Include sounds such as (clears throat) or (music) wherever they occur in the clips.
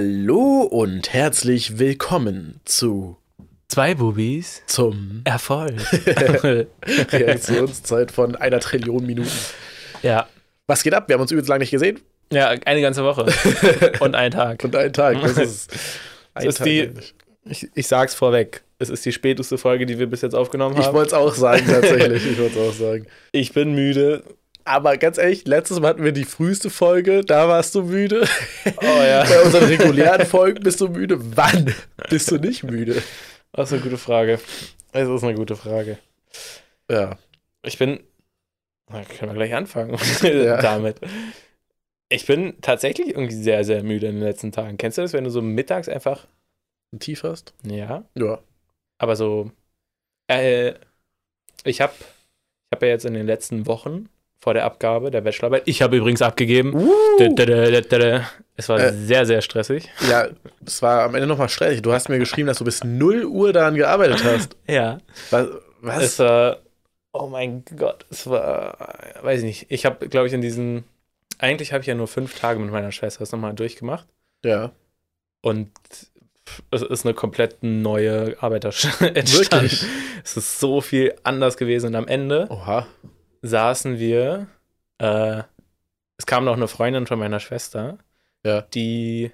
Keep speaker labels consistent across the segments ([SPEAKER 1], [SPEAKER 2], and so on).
[SPEAKER 1] Hallo und herzlich willkommen zu
[SPEAKER 2] Zwei Bubis. (laughs)
[SPEAKER 1] zum
[SPEAKER 2] Erfolg.
[SPEAKER 1] Reaktionszeit von einer Trillion Minuten.
[SPEAKER 2] ja.
[SPEAKER 1] Was geht ab? Wir haben uns übelst lange nicht gesehen
[SPEAKER 2] Ja, eine ganze Woche. Und einen Tag.
[SPEAKER 1] und einen Tag.
[SPEAKER 2] (laughs)
[SPEAKER 1] Das ist, ein
[SPEAKER 2] ist die-
[SPEAKER 1] eigentlich.
[SPEAKER 2] Ich, ich sag's vorweg. Es ist die späteste Folge, die wir bis jetzt aufgenommen
[SPEAKER 1] ich wollte es auch sagen, tatsächlich. Ich wollte es auch sagen.
[SPEAKER 2] Ich bin müde.
[SPEAKER 1] Aber ganz ehrlich, letztes Mal hatten wir die früheste Folge, da warst du müde.
[SPEAKER 2] (laughs) Oh ja.
[SPEAKER 1] Bei unseren regulären Folgen bist du müde. Wann bist du nicht müde?
[SPEAKER 2] Das ist eine gute Frage. Es ist eine gute Frage.
[SPEAKER 1] Ja.
[SPEAKER 2] Ich bin. Na, können wir gleich anfangen
[SPEAKER 1] Ja.
[SPEAKER 2] (laughs) damit. Ich bin tatsächlich irgendwie sehr, sehr müde in den letzten Tagen. Kennst du das, wenn du so mittags einfach.
[SPEAKER 1] Ein Tief hast?
[SPEAKER 2] Ja.
[SPEAKER 1] Ja.
[SPEAKER 2] Aber so, äh, ich habe ich hab ja jetzt in den letzten Wochen vor der Abgabe der Bachelorarbeit, ich habe übrigens abgegeben. Dä, dä, dä, dä, dä, dä. Es war
[SPEAKER 1] Äh.
[SPEAKER 2] sehr, sehr stressig.
[SPEAKER 1] Ja, es war am Ende nochmal streitig. Du hast mir geschrieben, dass du bis 0 Uhr daran gearbeitet hast.
[SPEAKER 2] Ja.
[SPEAKER 1] Was?
[SPEAKER 2] Es
[SPEAKER 1] was?
[SPEAKER 2] war, oh mein Gott, es war, weiß ich nicht. Ich habe, glaube ich, in diesen, eigentlich habe ich ja nur fünf Tage mit meiner Schwester das nochmal durchgemacht. (laughs)
[SPEAKER 1] Ja.
[SPEAKER 2] Und es ist eine komplett neue Arbeiterstelle entstanden.
[SPEAKER 1] Wirklich?
[SPEAKER 2] Es ist so viel anders gewesen. Und am Ende
[SPEAKER 1] Oha.
[SPEAKER 2] saßen wir, äh, es kam noch eine Freundin von meiner Schwester,
[SPEAKER 1] Ja.
[SPEAKER 2] die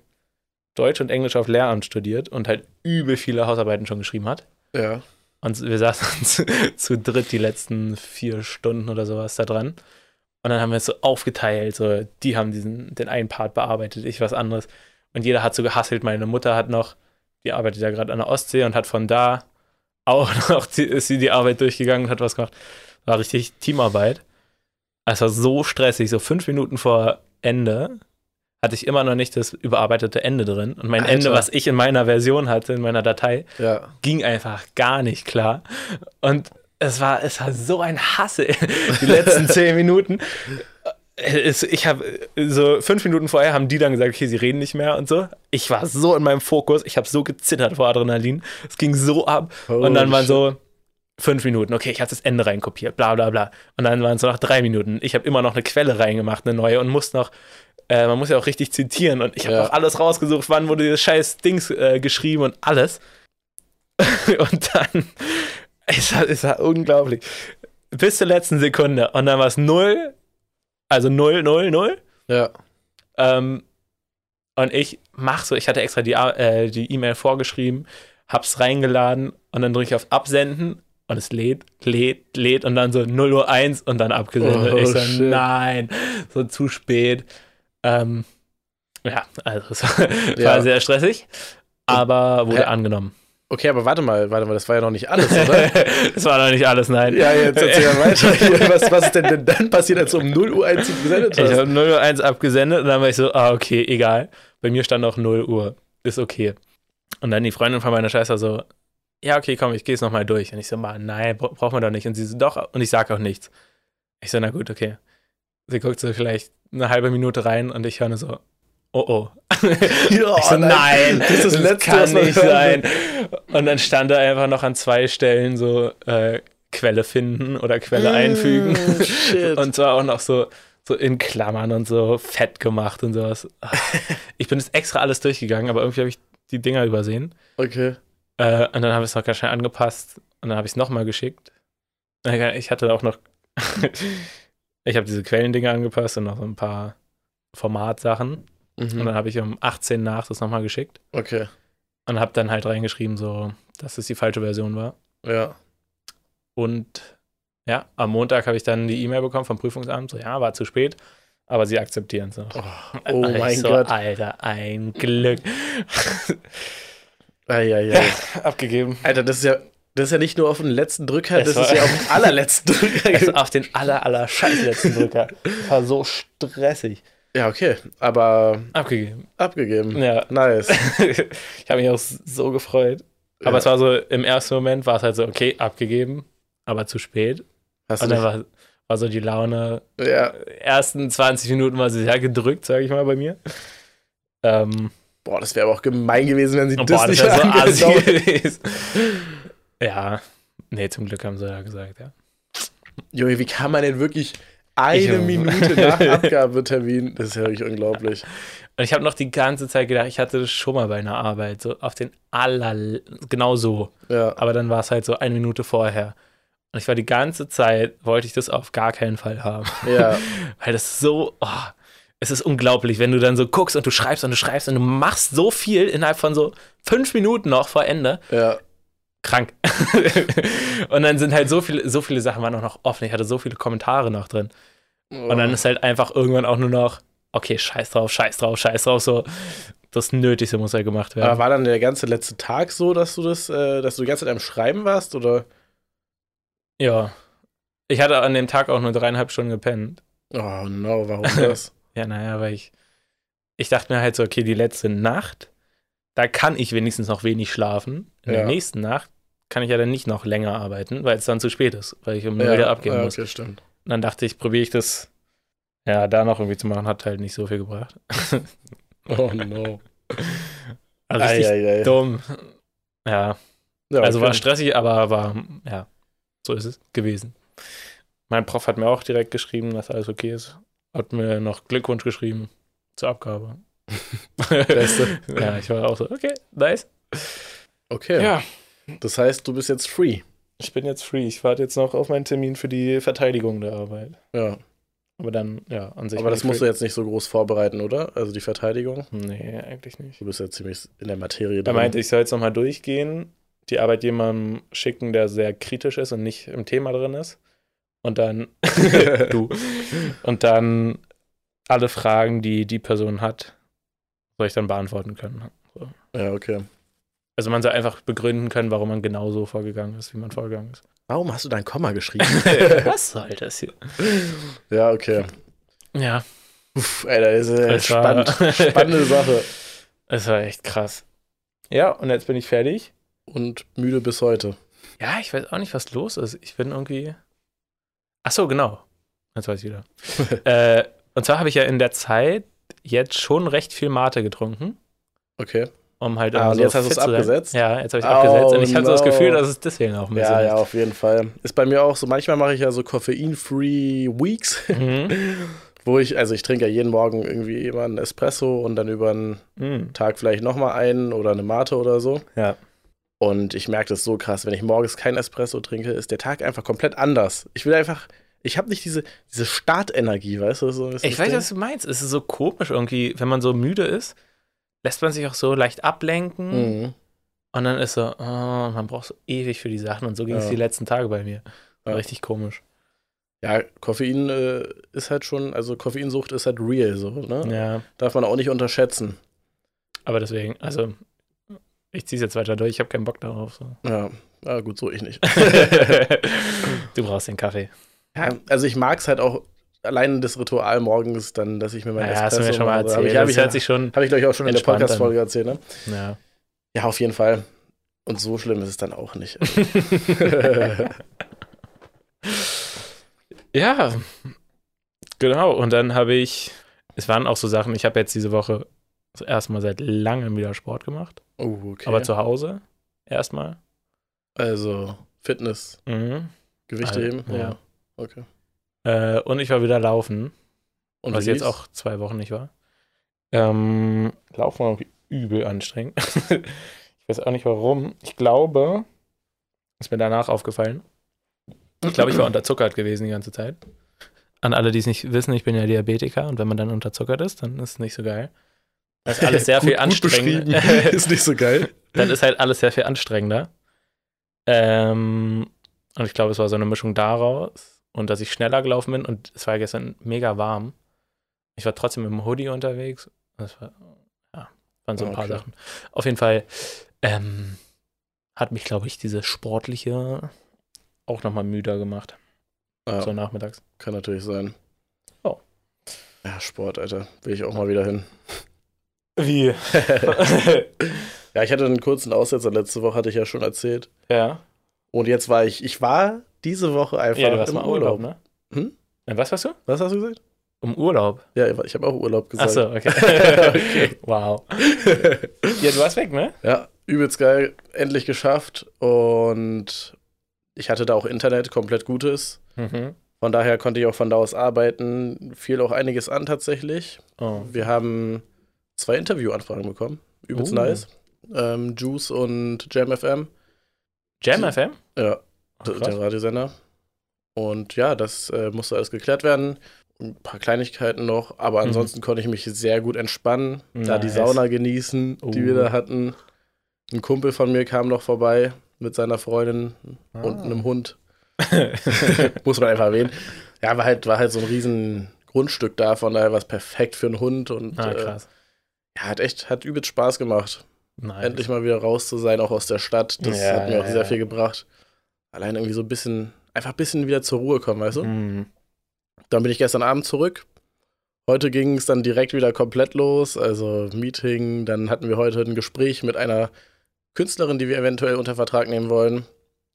[SPEAKER 2] Deutsch und Englisch auf Lehramt studiert und halt übel viele Hausarbeiten schon geschrieben hat.
[SPEAKER 1] Ja.
[SPEAKER 2] Und wir saßen (laughs) zu, zu dritt die letzten vier Stunden oder sowas da dran. Und dann haben wir es so aufgeteilt, so die haben diesen, den einen Part bearbeitet, ich was anderes. Und jeder hat so gehasselt. Meine Mutter hat noch, die arbeitet ja gerade an der Ostsee und hat von da auch (laughs) noch die, ist sie die Arbeit durchgegangen und hat was gemacht. War richtig Teamarbeit. Es war so stressig, so fünf Minuten vor Ende hatte ich immer noch nicht das überarbeitete Ende drin. Und mein Ende,
[SPEAKER 1] Alter.
[SPEAKER 2] was ich in meiner Version hatte, in meiner Datei,
[SPEAKER 1] Ja.
[SPEAKER 2] ging einfach gar nicht klar. Und es war, es war so ein Hassel, die letzten zehn Minuten. Es, ich habe so fünf Minuten vorher haben die dann gesagt, okay, sie reden nicht mehr und so. Ich war so in meinem Fokus, ich habe so gezittert vor Adrenalin. Es ging so ab.
[SPEAKER 1] Holy
[SPEAKER 2] und dann waren
[SPEAKER 1] shit.
[SPEAKER 2] so fünf Minuten, okay, ich habe das Ende reinkopiert, bla bla bla. Und dann waren es so noch drei Minuten. Ich habe immer noch eine Quelle reingemacht, eine neue und muss noch. Äh, man muss ja auch richtig zitieren und ich habe
[SPEAKER 1] Ja.
[SPEAKER 2] noch alles rausgesucht, wann wurde dieses scheiß Dings äh, geschrieben und alles. (laughs) und dann, es war, es war unglaublich. Bis zur letzten Sekunde. Und dann war es 0, also 0, 0, 0.
[SPEAKER 1] Ja.
[SPEAKER 2] Ähm, und ich mach so, ich hatte extra die A- äh, die E-Mail vorgeschrieben, hab's reingeladen und dann drücke ich auf Absenden und es lädt, lädt, lädt und dann so 0 Uhr 1 und dann abgesendet.
[SPEAKER 1] Oh,
[SPEAKER 2] ich so,
[SPEAKER 1] shit.
[SPEAKER 2] nein, so zu spät. Ähm, ja, also es (laughs) war,
[SPEAKER 1] Ja.
[SPEAKER 2] war sehr stressig, aber wurde
[SPEAKER 1] Hä?
[SPEAKER 2] angenommen.
[SPEAKER 1] Okay, aber warte mal, warte mal, das war ja noch nicht alles,
[SPEAKER 2] (laughs)
[SPEAKER 1] oder?
[SPEAKER 2] das war noch nicht alles, nein.
[SPEAKER 1] ja, jetzt erzähl mal weiter.
[SPEAKER 2] (laughs)
[SPEAKER 1] Hier, was, was ist denn, denn dann passiert, als du um 0 Uhr einzig gesendet
[SPEAKER 2] Ich
[SPEAKER 1] hast?
[SPEAKER 2] habe 0 Uhr 1 abgesendet und dann war ich so, ah, okay, egal. Bei mir stand auch 0 Uhr. Ist okay. Und dann die Freundin von meiner Schwester so, ja, okay, komm, ich gehe es nochmal durch. Und ich so, Mann, nein, bra brauchen wir doch nicht. Und sie so, doch, und ich sag auch nichts. Ich so, na gut, okay. Sie guckt so vielleicht eine halbe Minute rein und ich höre nur so, oh oh.
[SPEAKER 1] Ja,
[SPEAKER 2] ich so, nein,
[SPEAKER 1] Oh, das ist das Letzte,
[SPEAKER 2] kann
[SPEAKER 1] was man
[SPEAKER 2] nicht
[SPEAKER 1] hören
[SPEAKER 2] sein. Und dann stand da einfach noch an zwei Stellen so, äh, Quelle finden oder Quelle einfügen.
[SPEAKER 1] Mm, Shit.
[SPEAKER 2] Und zwar auch noch so, so in Klammern und so fett gemacht
[SPEAKER 1] (laughs)
[SPEAKER 2] und sowas. Ich bin jetzt extra alles durchgegangen, aber irgendwie habe ich die Dinger übersehen.
[SPEAKER 1] okay.
[SPEAKER 2] Äh, und dann habe ich es noch ganz schnell angepasst und dann habe ich es nochmal geschickt. Äh, Ich hatte auch noch. (laughs) ich habe diese Quellendinger angepasst und noch so ein paar Formatsachen. Und dann
[SPEAKER 1] Mhm.
[SPEAKER 2] habe ich um 18 nach das nochmal geschickt
[SPEAKER 1] Okay.
[SPEAKER 2] und habe dann halt reingeschrieben, so, dass es die falsche Version war.
[SPEAKER 1] Ja.
[SPEAKER 2] Und ja, am Montag habe ich dann die E-Mail bekommen vom Prüfungsamt, so ja, war zu spät, aber sie akzeptieren es noch.
[SPEAKER 1] Oh,
[SPEAKER 2] (laughs)
[SPEAKER 1] oh
[SPEAKER 2] Und ich
[SPEAKER 1] mein
[SPEAKER 2] so,
[SPEAKER 1] Gott.
[SPEAKER 2] Alter,
[SPEAKER 1] (laughs)
[SPEAKER 2] ein Glück.
[SPEAKER 1] Eieiei.
[SPEAKER 2] Abgegeben.
[SPEAKER 1] Alter, das ist ja. Das ist ja nicht nur auf den letzten Drücker,
[SPEAKER 2] Es
[SPEAKER 1] das
[SPEAKER 2] war-
[SPEAKER 1] ist ja auf den allerletzten
[SPEAKER 2] (laughs) Also
[SPEAKER 1] Drücker.
[SPEAKER 2] auf den aller, aller scheißletzten
[SPEAKER 1] (laughs)
[SPEAKER 2] Drücker. Das war so stressig.
[SPEAKER 1] Ja, okay. Aber
[SPEAKER 2] Abgegeben.
[SPEAKER 1] abgegeben.
[SPEAKER 2] Ja. (laughs)
[SPEAKER 1] Nice.
[SPEAKER 2] ich habe mich auch so gefreut. Aber
[SPEAKER 1] Ja.
[SPEAKER 2] es war so, im ersten Moment war es halt so, okay, abgegeben, aber zu spät.
[SPEAKER 1] Hast du
[SPEAKER 2] Und dann
[SPEAKER 1] dich,
[SPEAKER 2] war, war so die Laune,
[SPEAKER 1] ja.
[SPEAKER 2] ersten 20 Minuten war sie sehr gedrückt, sage ich mal, bei mir. Ähm,
[SPEAKER 1] Boah, das wäre aber auch gemein gewesen, wenn sie
[SPEAKER 2] Und
[SPEAKER 1] das
[SPEAKER 2] Oh, boah, das
[SPEAKER 1] nicht
[SPEAKER 2] wär so assi
[SPEAKER 1] angesagt (laughs)
[SPEAKER 2] gewesen. Ja, nee, zum Glück haben sie ja gesagt, ja.
[SPEAKER 1] Junge, wie kann man denn wirklich Eine
[SPEAKER 2] Ich-
[SPEAKER 1] Minute
[SPEAKER 2] (laughs)
[SPEAKER 1] nach Abgabetermin. Das ist ja wirklich unglaublich.
[SPEAKER 2] Und ich habe noch die ganze Zeit gedacht, ich hatte das schon mal bei einer Arbeit, so auf den aller, genau so.
[SPEAKER 1] Ja.
[SPEAKER 2] Aber dann war es halt so eine Minute vorher. Und ich war die ganze Zeit, wollte ich das auf gar keinen Fall haben. (laughs)
[SPEAKER 1] ja.
[SPEAKER 2] Weil das so, oh, es ist unglaublich, wenn du dann so guckst und du schreibst und du schreibst und du machst so viel innerhalb von so fünf Minuten noch vor Ende.
[SPEAKER 1] Ja.
[SPEAKER 2] Krank. (laughs) und dann sind halt so viele, so viele Sachen waren auch noch offen. Ich hatte so viele Kommentare noch drin. Und
[SPEAKER 1] Oh.
[SPEAKER 2] dann ist halt einfach irgendwann auch nur noch, okay, scheiß drauf, scheiß drauf, scheiß drauf, so. Das Nötigste muss halt gemacht werden.
[SPEAKER 1] Aber war dann der ganze letzte Tag so, dass du das, äh, dass du die ganze Zeit am Schreiben warst? Oder?
[SPEAKER 2] ja. Ich hatte an dem Tag auch nur dreieinhalb Stunden gepennt.
[SPEAKER 1] Oh no,
[SPEAKER 2] (laughs)
[SPEAKER 1] warum das?
[SPEAKER 2] Ja, naja, weil ich, ich dachte mir halt so, okay, die letzte Nacht, da kann ich wenigstens noch wenig schlafen. In der
[SPEAKER 1] Ja.
[SPEAKER 2] nächsten Nacht kann ich ja dann nicht noch länger arbeiten, weil es dann zu spät ist, weil ich um null wieder abgeben
[SPEAKER 1] ja,
[SPEAKER 2] muss.
[SPEAKER 1] okay, stimmt.
[SPEAKER 2] Und dann dachte ich, probiere ich das, ja, da noch irgendwie zu machen, hat halt nicht so viel (laughs) gebracht.
[SPEAKER 1] Oh no.
[SPEAKER 2] Also richtig
[SPEAKER 1] Eieiei.
[SPEAKER 2] dumm. Ja,
[SPEAKER 1] Ja,
[SPEAKER 2] also war
[SPEAKER 1] okay.
[SPEAKER 2] stressig, aber war, ja, so ist es gewesen. Mein Prof hat mir auch direkt geschrieben, dass alles okay ist. Hat mir noch Glückwunsch geschrieben zur (laughs) Abgabe.
[SPEAKER 1] Beste.
[SPEAKER 2] ja, ich war auch so, okay, nice.
[SPEAKER 1] Okay. Das heißt, du bist jetzt free.
[SPEAKER 2] ich bin jetzt free. Ich warte jetzt noch auf meinen Termin für die Verteidigung der Arbeit.
[SPEAKER 1] Ja.
[SPEAKER 2] Aber dann, ja, an sich.
[SPEAKER 1] Aber das musst du jetzt nicht so groß vorbereiten, oder? Also die Verteidigung.
[SPEAKER 2] Nee, eigentlich nicht.
[SPEAKER 1] Du bist ja ziemlich in der Materie
[SPEAKER 2] Er
[SPEAKER 1] drin.
[SPEAKER 2] meinte, ich soll jetzt nochmal durchgehen, die Arbeit jemandem schicken, der sehr kritisch ist und nicht im Thema drin ist. Und dann, du, und dann alle Fragen, die die Person hat, soll ich dann beantworten können.
[SPEAKER 1] Ja, okay.
[SPEAKER 2] Also man soll einfach begründen können, warum man genau so vorgegangen ist, wie man vorgegangen ist.
[SPEAKER 1] Warum hast du dein Komma
[SPEAKER 2] (laughs)
[SPEAKER 1] geschrieben?
[SPEAKER 2] Was soll das hier?
[SPEAKER 1] (laughs) ja, okay.
[SPEAKER 2] Ja,
[SPEAKER 1] Uff, ey, das ist äh,
[SPEAKER 2] Das war-
[SPEAKER 1] spannend.
[SPEAKER 2] (laughs)
[SPEAKER 1] Spannende Sache.
[SPEAKER 2] es war echt krass. Ja, und jetzt bin ich fertig.
[SPEAKER 1] Und müde bis heute.
[SPEAKER 2] Ja, ich weiß auch nicht, was los ist. Ich bin irgendwie. Ach so, genau. Jetzt weiß
[SPEAKER 1] (laughs)
[SPEAKER 2] ich wieder. äh, und zwar habe ich ja in der Zeit jetzt schon recht viel Mate getrunken,
[SPEAKER 1] Okay.
[SPEAKER 2] um halt.
[SPEAKER 1] Ah,
[SPEAKER 2] immer
[SPEAKER 1] und jetzt hast
[SPEAKER 2] fit
[SPEAKER 1] du's
[SPEAKER 2] zu sein.
[SPEAKER 1] abgesetzt?
[SPEAKER 2] Ja, jetzt habe ich
[SPEAKER 1] Oh,
[SPEAKER 2] abgesetzt. Und ich hatte so das
[SPEAKER 1] no.
[SPEAKER 2] Gefühl, dass es deswegen auch ein bisschen.
[SPEAKER 1] Ja, ja, auf jeden Fall. Ist bei mir auch so, manchmal mache ich ja so Koffein-Free Weeks, (laughs)
[SPEAKER 2] Mhm.
[SPEAKER 1] wo ich, also ich trinke ja jeden Morgen irgendwie immer einen Espresso und dann über einen
[SPEAKER 2] Mhm.
[SPEAKER 1] Tag vielleicht nochmal einen oder eine Mate oder so.
[SPEAKER 2] Ja.
[SPEAKER 1] Und ich merke das so krass, wenn ich morgens kein Espresso trinke, ist der Tag einfach komplett anders. Ich will einfach, ich habe nicht diese, diese Startenergie, weißt du? So ein bisschen
[SPEAKER 2] Ich weiß,
[SPEAKER 1] das.
[SPEAKER 2] was du meinst. Es ist so komisch irgendwie, wenn man so müde ist, lässt man sich auch so leicht
[SPEAKER 1] Ding.
[SPEAKER 2] ablenken.
[SPEAKER 1] Mhm.
[SPEAKER 2] Und dann ist so, oh, man braucht so ewig für die Sachen. Und so ging es
[SPEAKER 1] Ja.
[SPEAKER 2] die letzten Tage bei mir. War
[SPEAKER 1] Ja.
[SPEAKER 2] Richtig komisch.
[SPEAKER 1] Ja, Koffein äh, ist halt schon, also Koffeinsucht ist halt real so, ne?
[SPEAKER 2] Ja.
[SPEAKER 1] Darf man auch nicht unterschätzen.
[SPEAKER 2] Aber deswegen, also, ich ziehe es jetzt weiter durch, ich habe keinen Bock darauf. (laughs) So.
[SPEAKER 1] Ja, ja gut, so ich nicht.
[SPEAKER 2] (laughs) du brauchst den Kaffee.
[SPEAKER 1] Ja, also ich mag es halt auch allein das Ritual morgens, dann, dass ich mir mein
[SPEAKER 2] Ja, hast
[SPEAKER 1] Espresso
[SPEAKER 2] du mir schon mal
[SPEAKER 1] mache. Hab
[SPEAKER 2] erzählt.
[SPEAKER 1] ich, hab
[SPEAKER 2] Das
[SPEAKER 1] ich,
[SPEAKER 2] hört sich schon,
[SPEAKER 1] hab ich glaube ich auch schon in der
[SPEAKER 2] entspannt an.
[SPEAKER 1] Podcast-Folge erzählt, ne?
[SPEAKER 2] ja.
[SPEAKER 1] Ja, auf jeden Fall. Und so schlimm ist es dann auch
[SPEAKER 2] (laughs)
[SPEAKER 1] nicht.
[SPEAKER 2] (laughs) ja, genau. Und dann habe ich, es waren auch so Sachen, ich habe jetzt diese Woche das erste Mal seit langem wieder Sport gemacht,
[SPEAKER 1] Oh, okay.
[SPEAKER 2] aber zu Hause erstmal.
[SPEAKER 1] also Fitness,
[SPEAKER 2] Mhm.
[SPEAKER 1] Gewichte
[SPEAKER 2] Ah,
[SPEAKER 1] heben.
[SPEAKER 2] ja.
[SPEAKER 1] Ja. Okay.
[SPEAKER 2] Äh, und ich war wieder laufen.
[SPEAKER 1] Und
[SPEAKER 2] was
[SPEAKER 1] wie
[SPEAKER 2] Also jetzt
[SPEAKER 1] lief's? (laughs)
[SPEAKER 2] auch zwei Wochen nicht war. Ähm, Laufen war irgendwie übel anstrengend. (laughs) ich weiß auch nicht warum. Ich glaube, ist mir danach aufgefallen. Ich glaube, ich war unterzuckert gewesen die ganze Zeit. An alle, die es nicht wissen, ich bin ja Diabetiker und wenn man dann unterzuckert ist, dann ist es nicht so geil. Das ist (laughs) alles sehr
[SPEAKER 1] Gut-
[SPEAKER 2] viel
[SPEAKER 1] gut
[SPEAKER 2] anstrengender. (laughs)
[SPEAKER 1] beschrieben. (laughs) ist nicht so geil.
[SPEAKER 2] dann ist halt alles sehr viel anstrengender. Ähm, und ich glaube, es war so eine Mischung daraus und dass ich schneller gelaufen bin und es war gestern mega warm. Ich war trotzdem im Hoodie unterwegs. Das war, ja, waren so ein
[SPEAKER 1] Ah,
[SPEAKER 2] paar
[SPEAKER 1] okay.
[SPEAKER 2] Sachen. Auf jeden Fall ähm, hat mich, glaube ich, diese sportliche auch nochmal müder gemacht,
[SPEAKER 1] Ja,
[SPEAKER 2] so nachmittags.
[SPEAKER 1] Kann natürlich sein.
[SPEAKER 2] Oh.
[SPEAKER 1] Ja, Sport, Alter. Will ich auch mal wieder
[SPEAKER 2] (laughs)
[SPEAKER 1] hin.
[SPEAKER 2] Wie?
[SPEAKER 1] ja, ich hatte einen kurzen Aussetzer letzte Woche, hatte ich ja schon erzählt.
[SPEAKER 2] ja.
[SPEAKER 1] Und jetzt war ich, ich war diese Woche einfach
[SPEAKER 2] Ja, du warst
[SPEAKER 1] im
[SPEAKER 2] mal im
[SPEAKER 1] Urlaub.
[SPEAKER 2] Urlaub, ne?
[SPEAKER 1] Hm?
[SPEAKER 2] Äh, Was warst du?
[SPEAKER 1] Was hast du gesagt?
[SPEAKER 2] Im Urlaub.
[SPEAKER 1] Ja, ich war- ich habe auch Urlaub gesagt.
[SPEAKER 2] Achso, okay. (laughs)
[SPEAKER 1] Okay.
[SPEAKER 2] Wow. Ja, du warst weg, ne?
[SPEAKER 1] ja, übelst geil. Endlich geschafft. Und ich hatte da auch Internet, komplett gutes.
[SPEAKER 2] Mhm.
[SPEAKER 1] Von daher konnte ich auch von da aus arbeiten. Fiel auch einiges an tatsächlich.
[SPEAKER 2] Oh.
[SPEAKER 1] Wir haben zwei Interviewanfragen bekommen. Übelst
[SPEAKER 2] Oh.
[SPEAKER 1] nice. Ähm, Juice und Jam FM.
[SPEAKER 2] Jam
[SPEAKER 1] Sie-
[SPEAKER 2] FM?
[SPEAKER 1] Ja,
[SPEAKER 2] Oh,
[SPEAKER 1] der-
[SPEAKER 2] krass.
[SPEAKER 1] der Radiosender. Und ja, das äh, musste alles geklärt werden. Ein paar Kleinigkeiten noch, aber
[SPEAKER 2] Mhm.
[SPEAKER 1] ansonsten konnte ich mich sehr gut entspannen, da die
[SPEAKER 2] Nice.
[SPEAKER 1] Sauna genießen, die wir
[SPEAKER 2] Oh.
[SPEAKER 1] da hatten. Ein Kumpel von mir kam noch vorbei mit seiner Freundin
[SPEAKER 2] Ah.
[SPEAKER 1] und einem
[SPEAKER 2] (laughs)
[SPEAKER 1] Hund. (laughs) Muss man einfach erwähnen. Ja, war halt, war halt so ein riesen Grundstück da, von daher war es perfekt für einen Hund und
[SPEAKER 2] ah,
[SPEAKER 1] äh,
[SPEAKER 2] krass.
[SPEAKER 1] ja, hat echt, hat übelst Spaß gemacht
[SPEAKER 2] Nice.
[SPEAKER 1] endlich mal wieder raus zu sein, auch aus der Stadt. Das
[SPEAKER 2] Ja,
[SPEAKER 1] hat mir auch
[SPEAKER 2] ja,
[SPEAKER 1] sehr
[SPEAKER 2] ja.
[SPEAKER 1] viel gebracht. Allein irgendwie so ein bisschen, einfach ein bisschen wieder zur Ruhe kommen, weißt du?
[SPEAKER 2] Mhm.
[SPEAKER 1] Dann bin ich gestern Abend zurück. Heute ging es dann direkt wieder komplett los, also Meeting. Dann hatten wir heute ein Gespräch mit einer Künstlerin, die wir eventuell unter Vertrag nehmen wollen,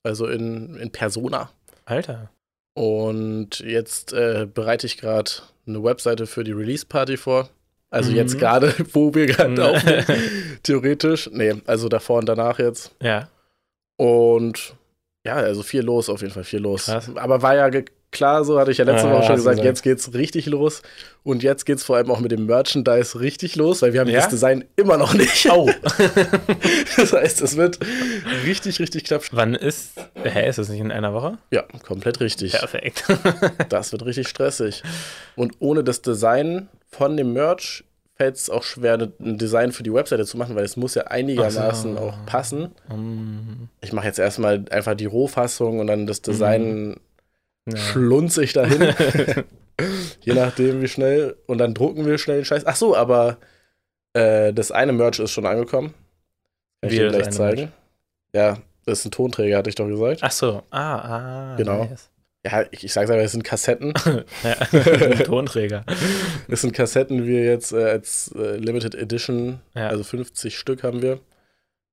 [SPEAKER 1] also in, in Persona.
[SPEAKER 2] Alter.
[SPEAKER 1] Und jetzt äh, bereite ich gerade eine Webseite für die Release-Party vor. Also
[SPEAKER 2] Mhm.
[SPEAKER 1] jetzt gerade, (laughs) wo wir gerade aufnehmen, theoretisch. Nee, also davor und danach jetzt.
[SPEAKER 2] (laughs)
[SPEAKER 1] (laughs)
[SPEAKER 2] Ja.
[SPEAKER 1] Und ja, also viel los, auf jeden Fall viel los.
[SPEAKER 2] Krass.
[SPEAKER 1] Aber war ja ge- klar, so hatte ich ja letzte
[SPEAKER 2] Ja,
[SPEAKER 1] Woche schon
[SPEAKER 2] hast du
[SPEAKER 1] gesagt,
[SPEAKER 2] gesagt.
[SPEAKER 1] jetzt geht's richtig los. Und jetzt geht's vor allem auch mit dem Merchandise richtig los, weil wir haben
[SPEAKER 2] Ja?
[SPEAKER 1] das Design immer noch nicht.
[SPEAKER 2] Oh.
[SPEAKER 1] (laughs) Das heißt, es wird richtig, richtig knapp.
[SPEAKER 2] Wann ist. Hä, ist das nicht in einer Woche?
[SPEAKER 1] Ja, komplett richtig.
[SPEAKER 2] Perfekt. (laughs)
[SPEAKER 1] Das wird richtig stressig. Und ohne das Design von dem Merch fällt es auch schwer, ne, ein Design für die Webseite zu machen, weil es muss ja einigermaßen
[SPEAKER 2] Ach so.
[SPEAKER 1] auch passen.
[SPEAKER 2] Mhm.
[SPEAKER 1] Ich mache jetzt erstmal einfach die Rohfassung und dann das Design
[SPEAKER 2] (laughs) Ja.
[SPEAKER 1] schlunze ich dahin. Je nachdem, wie schnell. Und dann drucken wir schnell den Scheiß. Ach so, aber äh, das eine Merch ist schon angekommen. Kann ich
[SPEAKER 2] Wie
[SPEAKER 1] dir
[SPEAKER 2] das
[SPEAKER 1] gleich
[SPEAKER 2] eine
[SPEAKER 1] zeigen.
[SPEAKER 2] Merch?
[SPEAKER 1] Ja, das ist ein Tonträger, hatte ich doch gesagt.
[SPEAKER 2] Ach so. Ah, ah.
[SPEAKER 1] Genau.
[SPEAKER 2] Nice.
[SPEAKER 1] Ja, ich, ich sag's einfach, es sind
[SPEAKER 2] (laughs)
[SPEAKER 1] Kassetten. (laughs)
[SPEAKER 2] Ja. Ein Tonträger.
[SPEAKER 1] Es sind Kassetten, die wir jetzt äh, als äh, Limited Edition,
[SPEAKER 2] Ja.
[SPEAKER 1] also 50 Stück haben wir,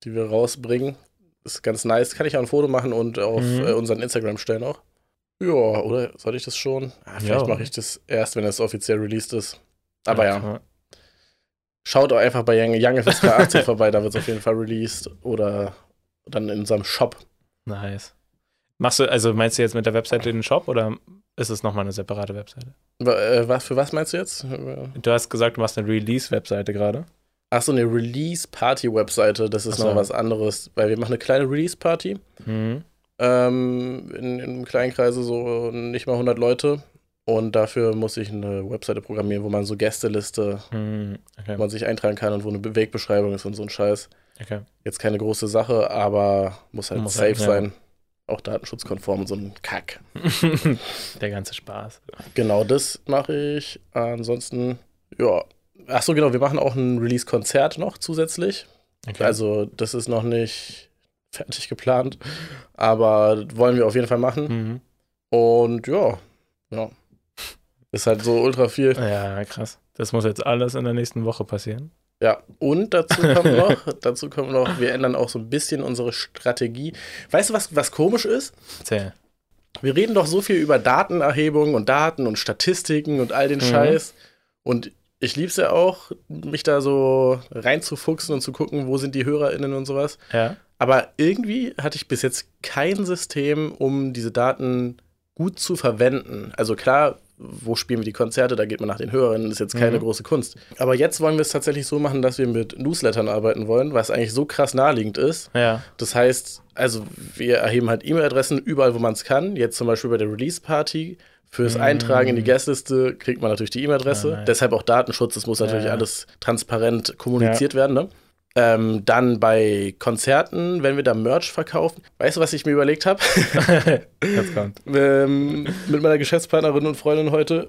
[SPEAKER 1] die wir rausbringen. Ist ganz nice. Kann ich auch ein Foto machen und auf
[SPEAKER 2] Mhm.
[SPEAKER 1] äh, unseren Instagram stellen auch. Ja, oder sollte ich das schon? Ah, vielleicht
[SPEAKER 2] Ja.
[SPEAKER 1] mache ich das erst, wenn das offiziell released ist. Aber ja,
[SPEAKER 2] kann man-
[SPEAKER 1] schaut auch einfach bei Young, Young FSK 18 vorbei, da wird es auf jeden Fall released. Oder dann in unserem Shop.
[SPEAKER 2] Nice. Machst du, also meinst du jetzt mit der Webseite den Shop oder ist es nochmal eine separate Webseite?
[SPEAKER 1] Wa- äh, Was, für was meinst du jetzt?
[SPEAKER 2] Du hast gesagt, du machst eine Release-Webseite gerade.
[SPEAKER 1] Achso, eine Release-Party-Webseite, das ist
[SPEAKER 2] Ach so.
[SPEAKER 1] noch was anderes, weil wir machen eine kleine Release-Party.
[SPEAKER 2] Mhm.
[SPEAKER 1] Ähm, in, in einem kleinen Kreise so nicht mal 100 Leute. Und dafür muss ich eine Webseite programmieren, wo man so Gästeliste,
[SPEAKER 2] Mhm. Okay.
[SPEAKER 1] wo man sich eintragen kann und wo eine Bewegbeschreibung ist und so ein Scheiß.
[SPEAKER 2] okay. (laughs)
[SPEAKER 1] Jetzt keine große Sache, aber muss halt
[SPEAKER 2] Muss
[SPEAKER 1] safe
[SPEAKER 2] halt, ja.
[SPEAKER 1] sein. Auch datenschutzkonform und so ein Kack.
[SPEAKER 2] der ganze Spaß.
[SPEAKER 1] Genau das mache ich. Ansonsten, ja. Achso, genau, wir machen auch ein Release-Konzert noch zusätzlich.
[SPEAKER 2] Okay.
[SPEAKER 1] Also, das ist noch nicht fertig geplant, aber wollen wir auf jeden Fall machen.
[SPEAKER 2] Mhm.
[SPEAKER 1] Und ja, ja. Ist halt so ultra viel.
[SPEAKER 2] Ja, krass. Das muss jetzt alles in der nächsten Woche passieren.
[SPEAKER 1] Ja, und dazu kommt noch, dazu kommt noch, wir ändern auch so ein bisschen unsere Strategie. Weißt du, was, was komisch ist?
[SPEAKER 2] Erzähl.
[SPEAKER 1] Wir reden doch so viel über Datenerhebung und Daten und Statistiken und all den
[SPEAKER 2] Mhm.
[SPEAKER 1] Scheiß. Und ich lieb's ja auch, mich da so reinzufuchsen und zu gucken, wo sind die HörerInnen und sowas.
[SPEAKER 2] Ja.
[SPEAKER 1] Aber irgendwie hatte ich bis jetzt kein System, um diese Daten gut zu verwenden. Also klar, wo spielen wir die Konzerte, da geht man nach den Hörerinnen, ist jetzt keine
[SPEAKER 2] Mhm.
[SPEAKER 1] große Kunst. Aber jetzt wollen wir es tatsächlich so machen, dass wir mit Newslettern arbeiten wollen, was eigentlich so krass naheliegend ist.
[SPEAKER 2] Ja.
[SPEAKER 1] Das heißt, also wir erheben halt E-Mail-Adressen überall, wo man es kann. Jetzt zum Beispiel bei der Release-Party. Fürs
[SPEAKER 2] Mhm.
[SPEAKER 1] Eintragen in die Guestliste kriegt man natürlich die E-Mail-Adresse.
[SPEAKER 2] Ah, nice.
[SPEAKER 1] Deshalb auch Datenschutz. Es muss natürlich
[SPEAKER 2] Ja.
[SPEAKER 1] alles transparent kommuniziert werden. Ne? Ähm, dann bei Konzerten, wenn wir da Merch verkaufen. Weißt du, was ich mir überlegt habe?
[SPEAKER 2] (laughs) Jetzt kommt.
[SPEAKER 1] ähm, mit meiner Geschäftspartnerin und Freundin heute.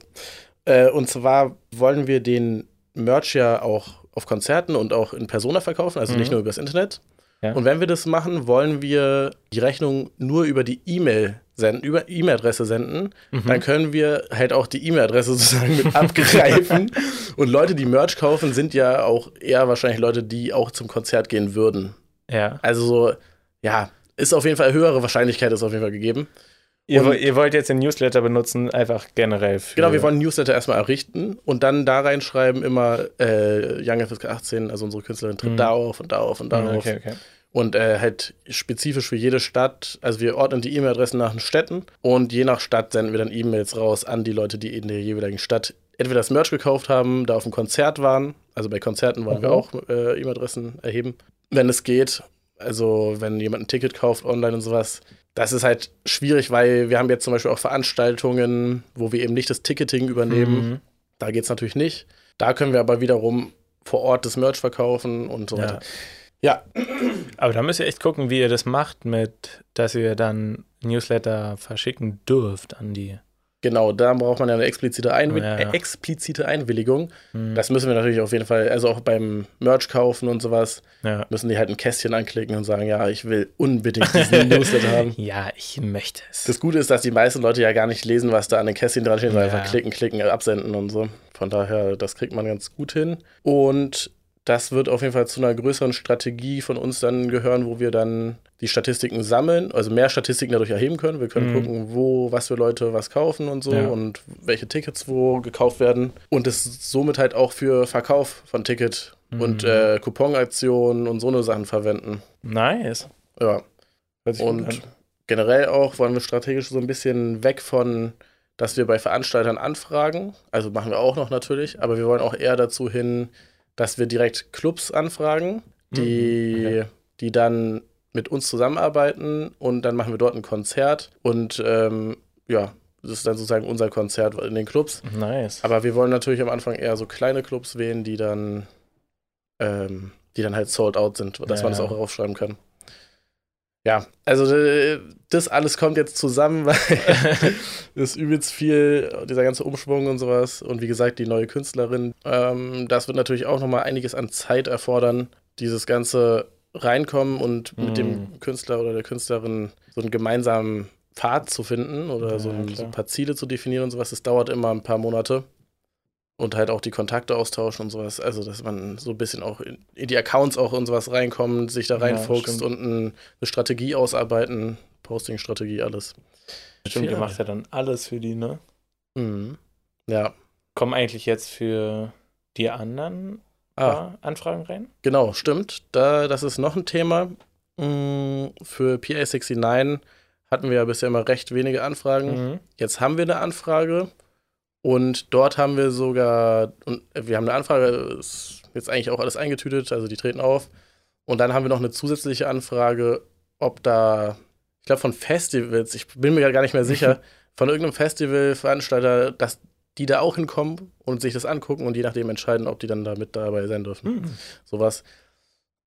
[SPEAKER 1] Äh, und zwar wollen wir den Merch ja auch auf Konzerten und auch in Persona verkaufen, also
[SPEAKER 2] Mhm.
[SPEAKER 1] nicht nur übers Internet.
[SPEAKER 2] Ja.
[SPEAKER 1] Und wenn wir das machen, wollen wir die Rechnung nur über die E-Mail senden, über E-Mail-Adresse senden.
[SPEAKER 2] Mhm.
[SPEAKER 1] Dann können wir halt auch die E-Mail-Adresse (laughs) sozusagen mit
[SPEAKER 2] (laughs)
[SPEAKER 1] abgreifen. und Leute, die Merch kaufen, sind ja auch eher wahrscheinlich Leute, die auch zum Konzert gehen würden.
[SPEAKER 2] Ja.
[SPEAKER 1] Also so, ja, ist auf jeden Fall höhere Wahrscheinlichkeit ist auf jeden Fall gegeben.
[SPEAKER 2] Ihr,
[SPEAKER 1] Und-
[SPEAKER 2] wo- ihr wollt jetzt den Newsletter benutzen, einfach generell für.
[SPEAKER 1] Genau, wir wollen Newsletter erstmal errichten und dann da reinschreiben immer äh, Young FSK 18, also unsere Künstlerin tritt
[SPEAKER 2] Mhm.
[SPEAKER 1] da auf und da auf und da
[SPEAKER 2] Mhm,
[SPEAKER 1] auf.
[SPEAKER 2] Okay, okay.
[SPEAKER 1] und äh, halt spezifisch für jede Stadt. Also wir ordnen die E-Mail-Adressen nach den Städten und je nach Stadt senden wir dann E-Mails raus an die Leute, die in der jeweiligen Stadt entweder das Merch gekauft haben, da auf dem Konzert waren. Also bei Konzerten wollen wir
[SPEAKER 2] Mhm.
[SPEAKER 1] auch äh, E-Mail-Adressen erheben, wenn es geht. Also wenn jemand ein Ticket kauft online und sowas. Das ist halt schwierig, weil wir haben jetzt zum Beispiel auch Veranstaltungen, wo wir eben nicht das Ticketing übernehmen.
[SPEAKER 2] Mhm.
[SPEAKER 1] Da geht es natürlich nicht. Da können wir aber wiederum vor Ort das Merch verkaufen und so
[SPEAKER 2] Ja.
[SPEAKER 1] weiter. Ja,
[SPEAKER 2] Aber da müsst ihr echt gucken, wie ihr das macht, mit, dass ihr dann Newsletter verschicken dürft an die.
[SPEAKER 1] genau, da braucht man ja eine explizite, Einwi
[SPEAKER 2] Ja, ja.
[SPEAKER 1] äh, explizite Einwilligung.
[SPEAKER 2] Mhm.
[SPEAKER 1] Das müssen wir natürlich auf jeden Fall, also auch beim Merch kaufen und sowas,
[SPEAKER 2] ja.
[SPEAKER 1] müssen die halt ein Kästchen anklicken und sagen, ja, ich will unbedingt
[SPEAKER 2] (laughs)
[SPEAKER 1] diesen Newsletter haben.
[SPEAKER 2] ja, ich möchte es.
[SPEAKER 1] Das Gute ist, dass die meisten Leute ja gar nicht lesen, was da an den Kästchen dran steht, sondern
[SPEAKER 2] Ja.
[SPEAKER 1] einfach klicken, klicken, absenden und so. Von daher, das kriegt man ganz gut hin. Und das wird auf jeden Fall zu einer größeren Strategie von uns dann gehören, wo wir dann die Statistiken sammeln, also mehr Statistiken dadurch erheben können. Wir können
[SPEAKER 2] Mhm.
[SPEAKER 1] gucken, wo, was für Leute was kaufen und so
[SPEAKER 2] Ja.
[SPEAKER 1] und welche Tickets wo gekauft werden. Und es somit halt auch für Verkauf von Ticket und
[SPEAKER 2] Mhm.
[SPEAKER 1] äh, Couponaktionen und so eine Sachen verwenden.
[SPEAKER 2] nice.
[SPEAKER 1] Ja.
[SPEAKER 2] Hört sich gut
[SPEAKER 1] Und
[SPEAKER 2] an.
[SPEAKER 1] generell auch wollen wir strategisch so ein bisschen weg von, dass wir bei Veranstaltern anfragen. Also machen wir auch noch natürlich, aber wir wollen auch eher dazu hin, dass wir direkt Clubs anfragen, die,
[SPEAKER 2] Mhm, okay.
[SPEAKER 1] die dann mit uns zusammenarbeiten und dann machen wir dort ein Konzert und ähm, ja, das ist dann sozusagen unser Konzert in den Clubs.
[SPEAKER 2] nice.
[SPEAKER 1] Aber wir wollen natürlich am Anfang eher so kleine Clubs wählen, die dann, ähm, die dann halt sold out sind, dass
[SPEAKER 2] Ja,
[SPEAKER 1] man das
[SPEAKER 2] ja.
[SPEAKER 1] auch raufschreiben kann. Ja, also äh, das alles kommt jetzt zusammen, (laughs)
[SPEAKER 2] (laughs)
[SPEAKER 1] weil es ist übelst viel, dieser ganze Umschwung und sowas. Und wie gesagt, die neue Künstlerin, ähm, das wird natürlich auch nochmal einiges an Zeit erfordern, dieses ganze Reinkommen und mit dem
[SPEAKER 2] Mhm.
[SPEAKER 1] Künstler oder der Künstlerin so einen gemeinsamen Pfad zu finden oder
[SPEAKER 2] Ja,
[SPEAKER 1] so, ein,
[SPEAKER 2] klar.
[SPEAKER 1] so ein paar Ziele zu definieren und sowas. Das dauert immer ein paar Monate. Und halt auch die Kontakte austauschen und sowas. Also, dass man so ein bisschen auch in, in die Accounts auch und sowas reinkommt, sich da
[SPEAKER 2] Ja,
[SPEAKER 1] reinfuchst
[SPEAKER 2] stimmt.
[SPEAKER 1] und ein, eine Strategie ausarbeiten, Posting-Strategie, alles.
[SPEAKER 2] Stimmt, ihr
[SPEAKER 1] Ja.
[SPEAKER 2] macht ja dann alles für die, ne?
[SPEAKER 1] Mhm. Ja,
[SPEAKER 2] Kommen eigentlich jetzt für die anderen
[SPEAKER 1] ah,
[SPEAKER 2] paar Anfragen rein?
[SPEAKER 1] genau, stimmt. Da, das ist noch ein Thema. Mm, Für PA69 hatten wir ja bisher immer recht wenige Anfragen.
[SPEAKER 2] Mhm.
[SPEAKER 1] Jetzt haben wir eine Anfrage und dort haben wir sogar, und wir haben eine Anfrage, ist jetzt eigentlich auch alles eingetütet, also die treten auf. Und dann haben wir noch eine zusätzliche Anfrage, ob da, ich glaube von Festivals, ich bin mir gerade gar nicht mehr sicher, von irgendeinem Festivalveranstalter, dass die da auch hinkommen und sich das angucken und je nachdem entscheiden, ob die dann da mit dabei sein dürfen.
[SPEAKER 2] Mhm.
[SPEAKER 1] Sowas.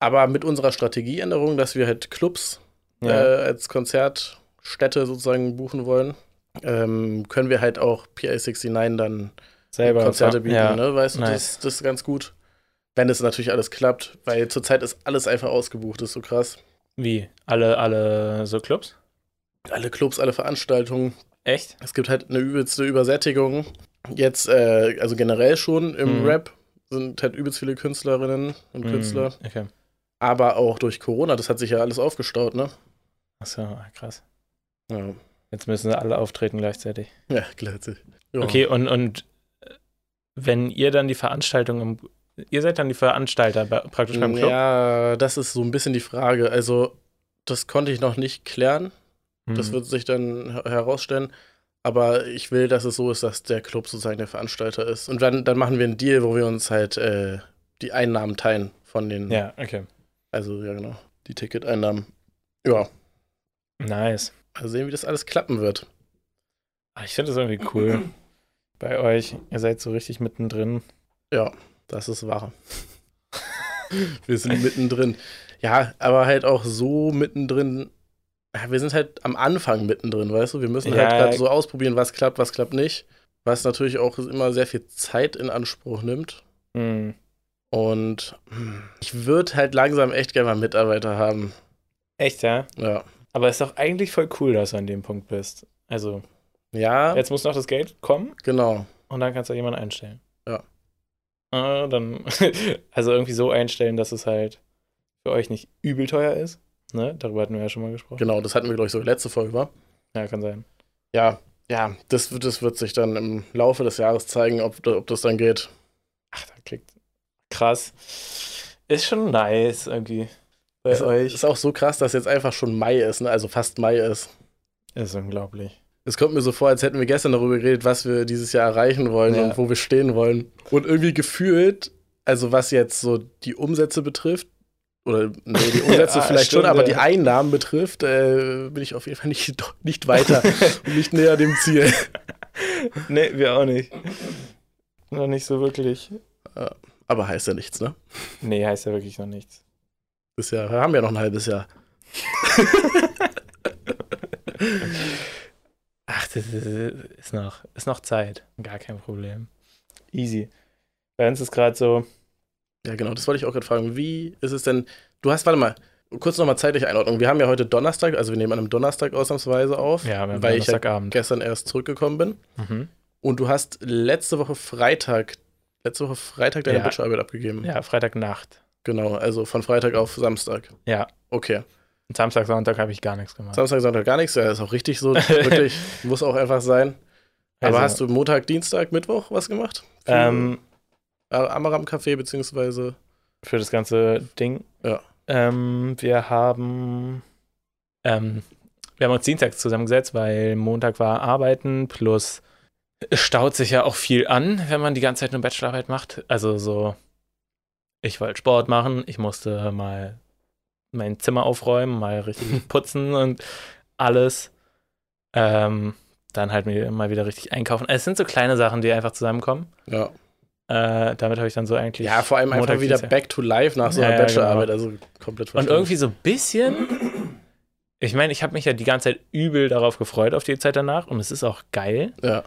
[SPEAKER 1] Aber mit unserer Strategieänderung, dass wir halt Clubs
[SPEAKER 2] Ja.
[SPEAKER 1] äh, als Konzertstätte sozusagen buchen wollen, ähm, können wir halt auch PA69 dann
[SPEAKER 2] Selber.
[SPEAKER 1] Konzerte bieten,
[SPEAKER 2] ja.
[SPEAKER 1] ne? Weißt du,
[SPEAKER 2] Nice.
[SPEAKER 1] das, das ist ganz gut. Wenn es natürlich alles klappt, weil zurzeit ist alles einfach ausgebucht, ist so krass.
[SPEAKER 2] Wie? Alle, alle so Clubs?
[SPEAKER 1] Alle Clubs, alle Veranstaltungen.
[SPEAKER 2] Echt?
[SPEAKER 1] Es gibt halt eine übelste Übersättigung. Jetzt, äh, also generell schon im
[SPEAKER 2] Mhm.
[SPEAKER 1] Rap sind halt übelst viele Künstlerinnen und Künstler.
[SPEAKER 2] Mhm. Okay.
[SPEAKER 1] Aber auch durch Corona, das hat sich ja alles aufgestaut, ne?
[SPEAKER 2] Achso, ah, krass.
[SPEAKER 1] Ja,
[SPEAKER 2] Jetzt müssen sie alle auftreten gleichzeitig.
[SPEAKER 1] ja gleichzeitig. Ja.
[SPEAKER 2] Okay, und, und äh, wenn ihr dann die Veranstaltung im. Ihr seid dann die Veranstalter bei, praktisch beim Club?
[SPEAKER 1] Ja, das ist so ein bisschen die Frage. Also, das konnte ich noch nicht klären.
[SPEAKER 2] Hm.
[SPEAKER 1] Das wird sich dann her- herausstellen. Aber ich will, dass es so ist, dass der Club sozusagen der Veranstalter ist. Und dann, dann machen wir einen Deal, wo wir uns halt äh, die Einnahmen teilen von den,
[SPEAKER 2] Ja, okay.
[SPEAKER 1] also ja genau, die Ticketeinnahmen. Ja,
[SPEAKER 2] Nice.
[SPEAKER 1] mal sehen, wie das alles klappen wird.
[SPEAKER 2] Ah, Ich finde das irgendwie
[SPEAKER 3] (clears throat)
[SPEAKER 2] cool bei euch. Ihr seid so richtig mittendrin.
[SPEAKER 1] Das ist wahr. (laughs) wir sind mittendrin. Ja, aber halt auch so mittendrin. Ja, Wir sind halt am Anfang mittendrin, weißt du? Wir müssen
[SPEAKER 2] Ja.
[SPEAKER 1] halt gerade so ausprobieren, was klappt, was klappt nicht. Was natürlich auch immer sehr viel Zeit in Anspruch nimmt.
[SPEAKER 2] Hm.
[SPEAKER 1] Und hm, ich würde halt langsam echt gerne mal Mitarbeiter haben.
[SPEAKER 2] Echt, ja?
[SPEAKER 1] Ja.
[SPEAKER 2] Aber ist doch eigentlich voll cool, dass du an dem Punkt bist. Also,
[SPEAKER 1] Ja,
[SPEAKER 2] jetzt muss noch das Geld kommen
[SPEAKER 1] genau.
[SPEAKER 2] und dann kannst du jemanden einstellen.
[SPEAKER 1] Ja.
[SPEAKER 2] Ah, dann, (laughs) also irgendwie so einstellen, dass es halt für euch nicht übel teuer ist. Ne? Darüber hatten wir ja schon mal gesprochen.
[SPEAKER 1] Genau, das hatten wir, glaube ich, so letzte Folge, war.
[SPEAKER 2] Ja, kann sein.
[SPEAKER 1] Ja, ja, das, wird- das wird sich dann im Laufe des Jahres zeigen, ob, ob das dann geht.
[SPEAKER 2] Ach, da klickt. Krass. Ist schon nice irgendwie.
[SPEAKER 3] bei
[SPEAKER 1] Es
[SPEAKER 3] euch.
[SPEAKER 1] Äh, Ist auch so krass, dass jetzt einfach schon Mai ist, ne? also fast Mai ist.
[SPEAKER 3] Ist unglaublich.
[SPEAKER 1] Es kommt mir so vor, als hätten wir gestern darüber geredet, was wir dieses Jahr erreichen wollen
[SPEAKER 3] Ja.
[SPEAKER 1] und wo wir stehen wollen. Und irgendwie gefühlt, also was jetzt so die Umsätze betrifft, oder nee,
[SPEAKER 3] (laughs)
[SPEAKER 1] die Umsätze
[SPEAKER 3] Ah,
[SPEAKER 1] vielleicht schon,
[SPEAKER 3] stimmt,
[SPEAKER 1] aber
[SPEAKER 3] ja.
[SPEAKER 1] die Einnahmen betrifft, äh, bin ich auf jeden Fall nicht, (laughs)
[SPEAKER 3] (laughs)
[SPEAKER 1] nicht weiter und nicht näher dem Ziel.
[SPEAKER 3] Nee, wir auch
[SPEAKER 2] (laughs)
[SPEAKER 3] nicht. Noch nicht so wirklich.
[SPEAKER 1] Aber heißt ja nichts, ne?
[SPEAKER 3] Nee, heißt ja wirklich noch nichts.
[SPEAKER 1] Ist ja, wir haben ja noch ein halbes Jahr.
[SPEAKER 2] Ach, das ist, ist, noch, ist noch Zeit. Gar kein Problem.
[SPEAKER 3] Easy. Bei uns ist gerade so,
[SPEAKER 1] Ja, genau, das wollte ich auch gerade fragen. Wie ist es denn? Du hast, warte mal, kurz nochmal zeitliche Einordnung. Wir haben ja heute Donnerstag, also wir nehmen an einem Donnerstag ausnahmsweise auf,
[SPEAKER 2] Ja, wir haben
[SPEAKER 1] weil ich ja
[SPEAKER 2] Donnerstagabend.
[SPEAKER 1] gestern erst zurückgekommen bin.
[SPEAKER 2] Mhm.
[SPEAKER 1] Und du hast letzte Woche Freitag, letzte Woche Freitag deine
[SPEAKER 2] Ja.
[SPEAKER 1] Bachelorarbeit abgegeben.
[SPEAKER 2] Ja, Freitagnacht.
[SPEAKER 1] Genau, also von Freitag auf Samstag.
[SPEAKER 2] Ja.
[SPEAKER 1] Okay.
[SPEAKER 2] Und Samstag, Sonntag habe ich gar nichts gemacht.
[SPEAKER 1] Samstag, Sonntag gar nichts, ja, ist auch richtig
[SPEAKER 2] (laughs)
[SPEAKER 1] so. Wirklich, muss auch einfach sein. Aber
[SPEAKER 2] Also-
[SPEAKER 1] hast du Montag, Dienstag, Mittwoch was gemacht? Für
[SPEAKER 3] ähm,
[SPEAKER 1] Amaram Café, beziehungsweise.
[SPEAKER 3] für das ganze Ding.
[SPEAKER 1] Ja.
[SPEAKER 3] Ähm, wir haben.
[SPEAKER 2] Ähm, wir haben uns dienstags zusammengesetzt, weil Montag war Arbeiten plus es staut sich ja auch viel an, wenn man die ganze Zeit nur Bachelorarbeit macht. Also so, ich wollte Sport machen, ich musste mal mein Zimmer aufräumen,
[SPEAKER 1] (laughs)
[SPEAKER 2] mal richtig putzen und alles. Ähm, dann halt mir mal wieder richtig einkaufen. Es sind so kleine Sachen, die einfach zusammenkommen.
[SPEAKER 1] Ja.
[SPEAKER 2] Äh, damit habe ich dann so eigentlich.
[SPEAKER 1] ja, vor allem einfach
[SPEAKER 2] Montag,
[SPEAKER 1] wieder
[SPEAKER 2] Dienstag.
[SPEAKER 1] back to life nach so einer
[SPEAKER 2] Ja, ja,
[SPEAKER 1] Bachelorarbeit, also komplett
[SPEAKER 2] Und
[SPEAKER 1] verstanden.
[SPEAKER 2] irgendwie so ein bisschen. Ich meine, ich habe mich ja die ganze Zeit übel darauf gefreut, auf die Zeit danach. Und es ist auch geil.
[SPEAKER 1] Ja.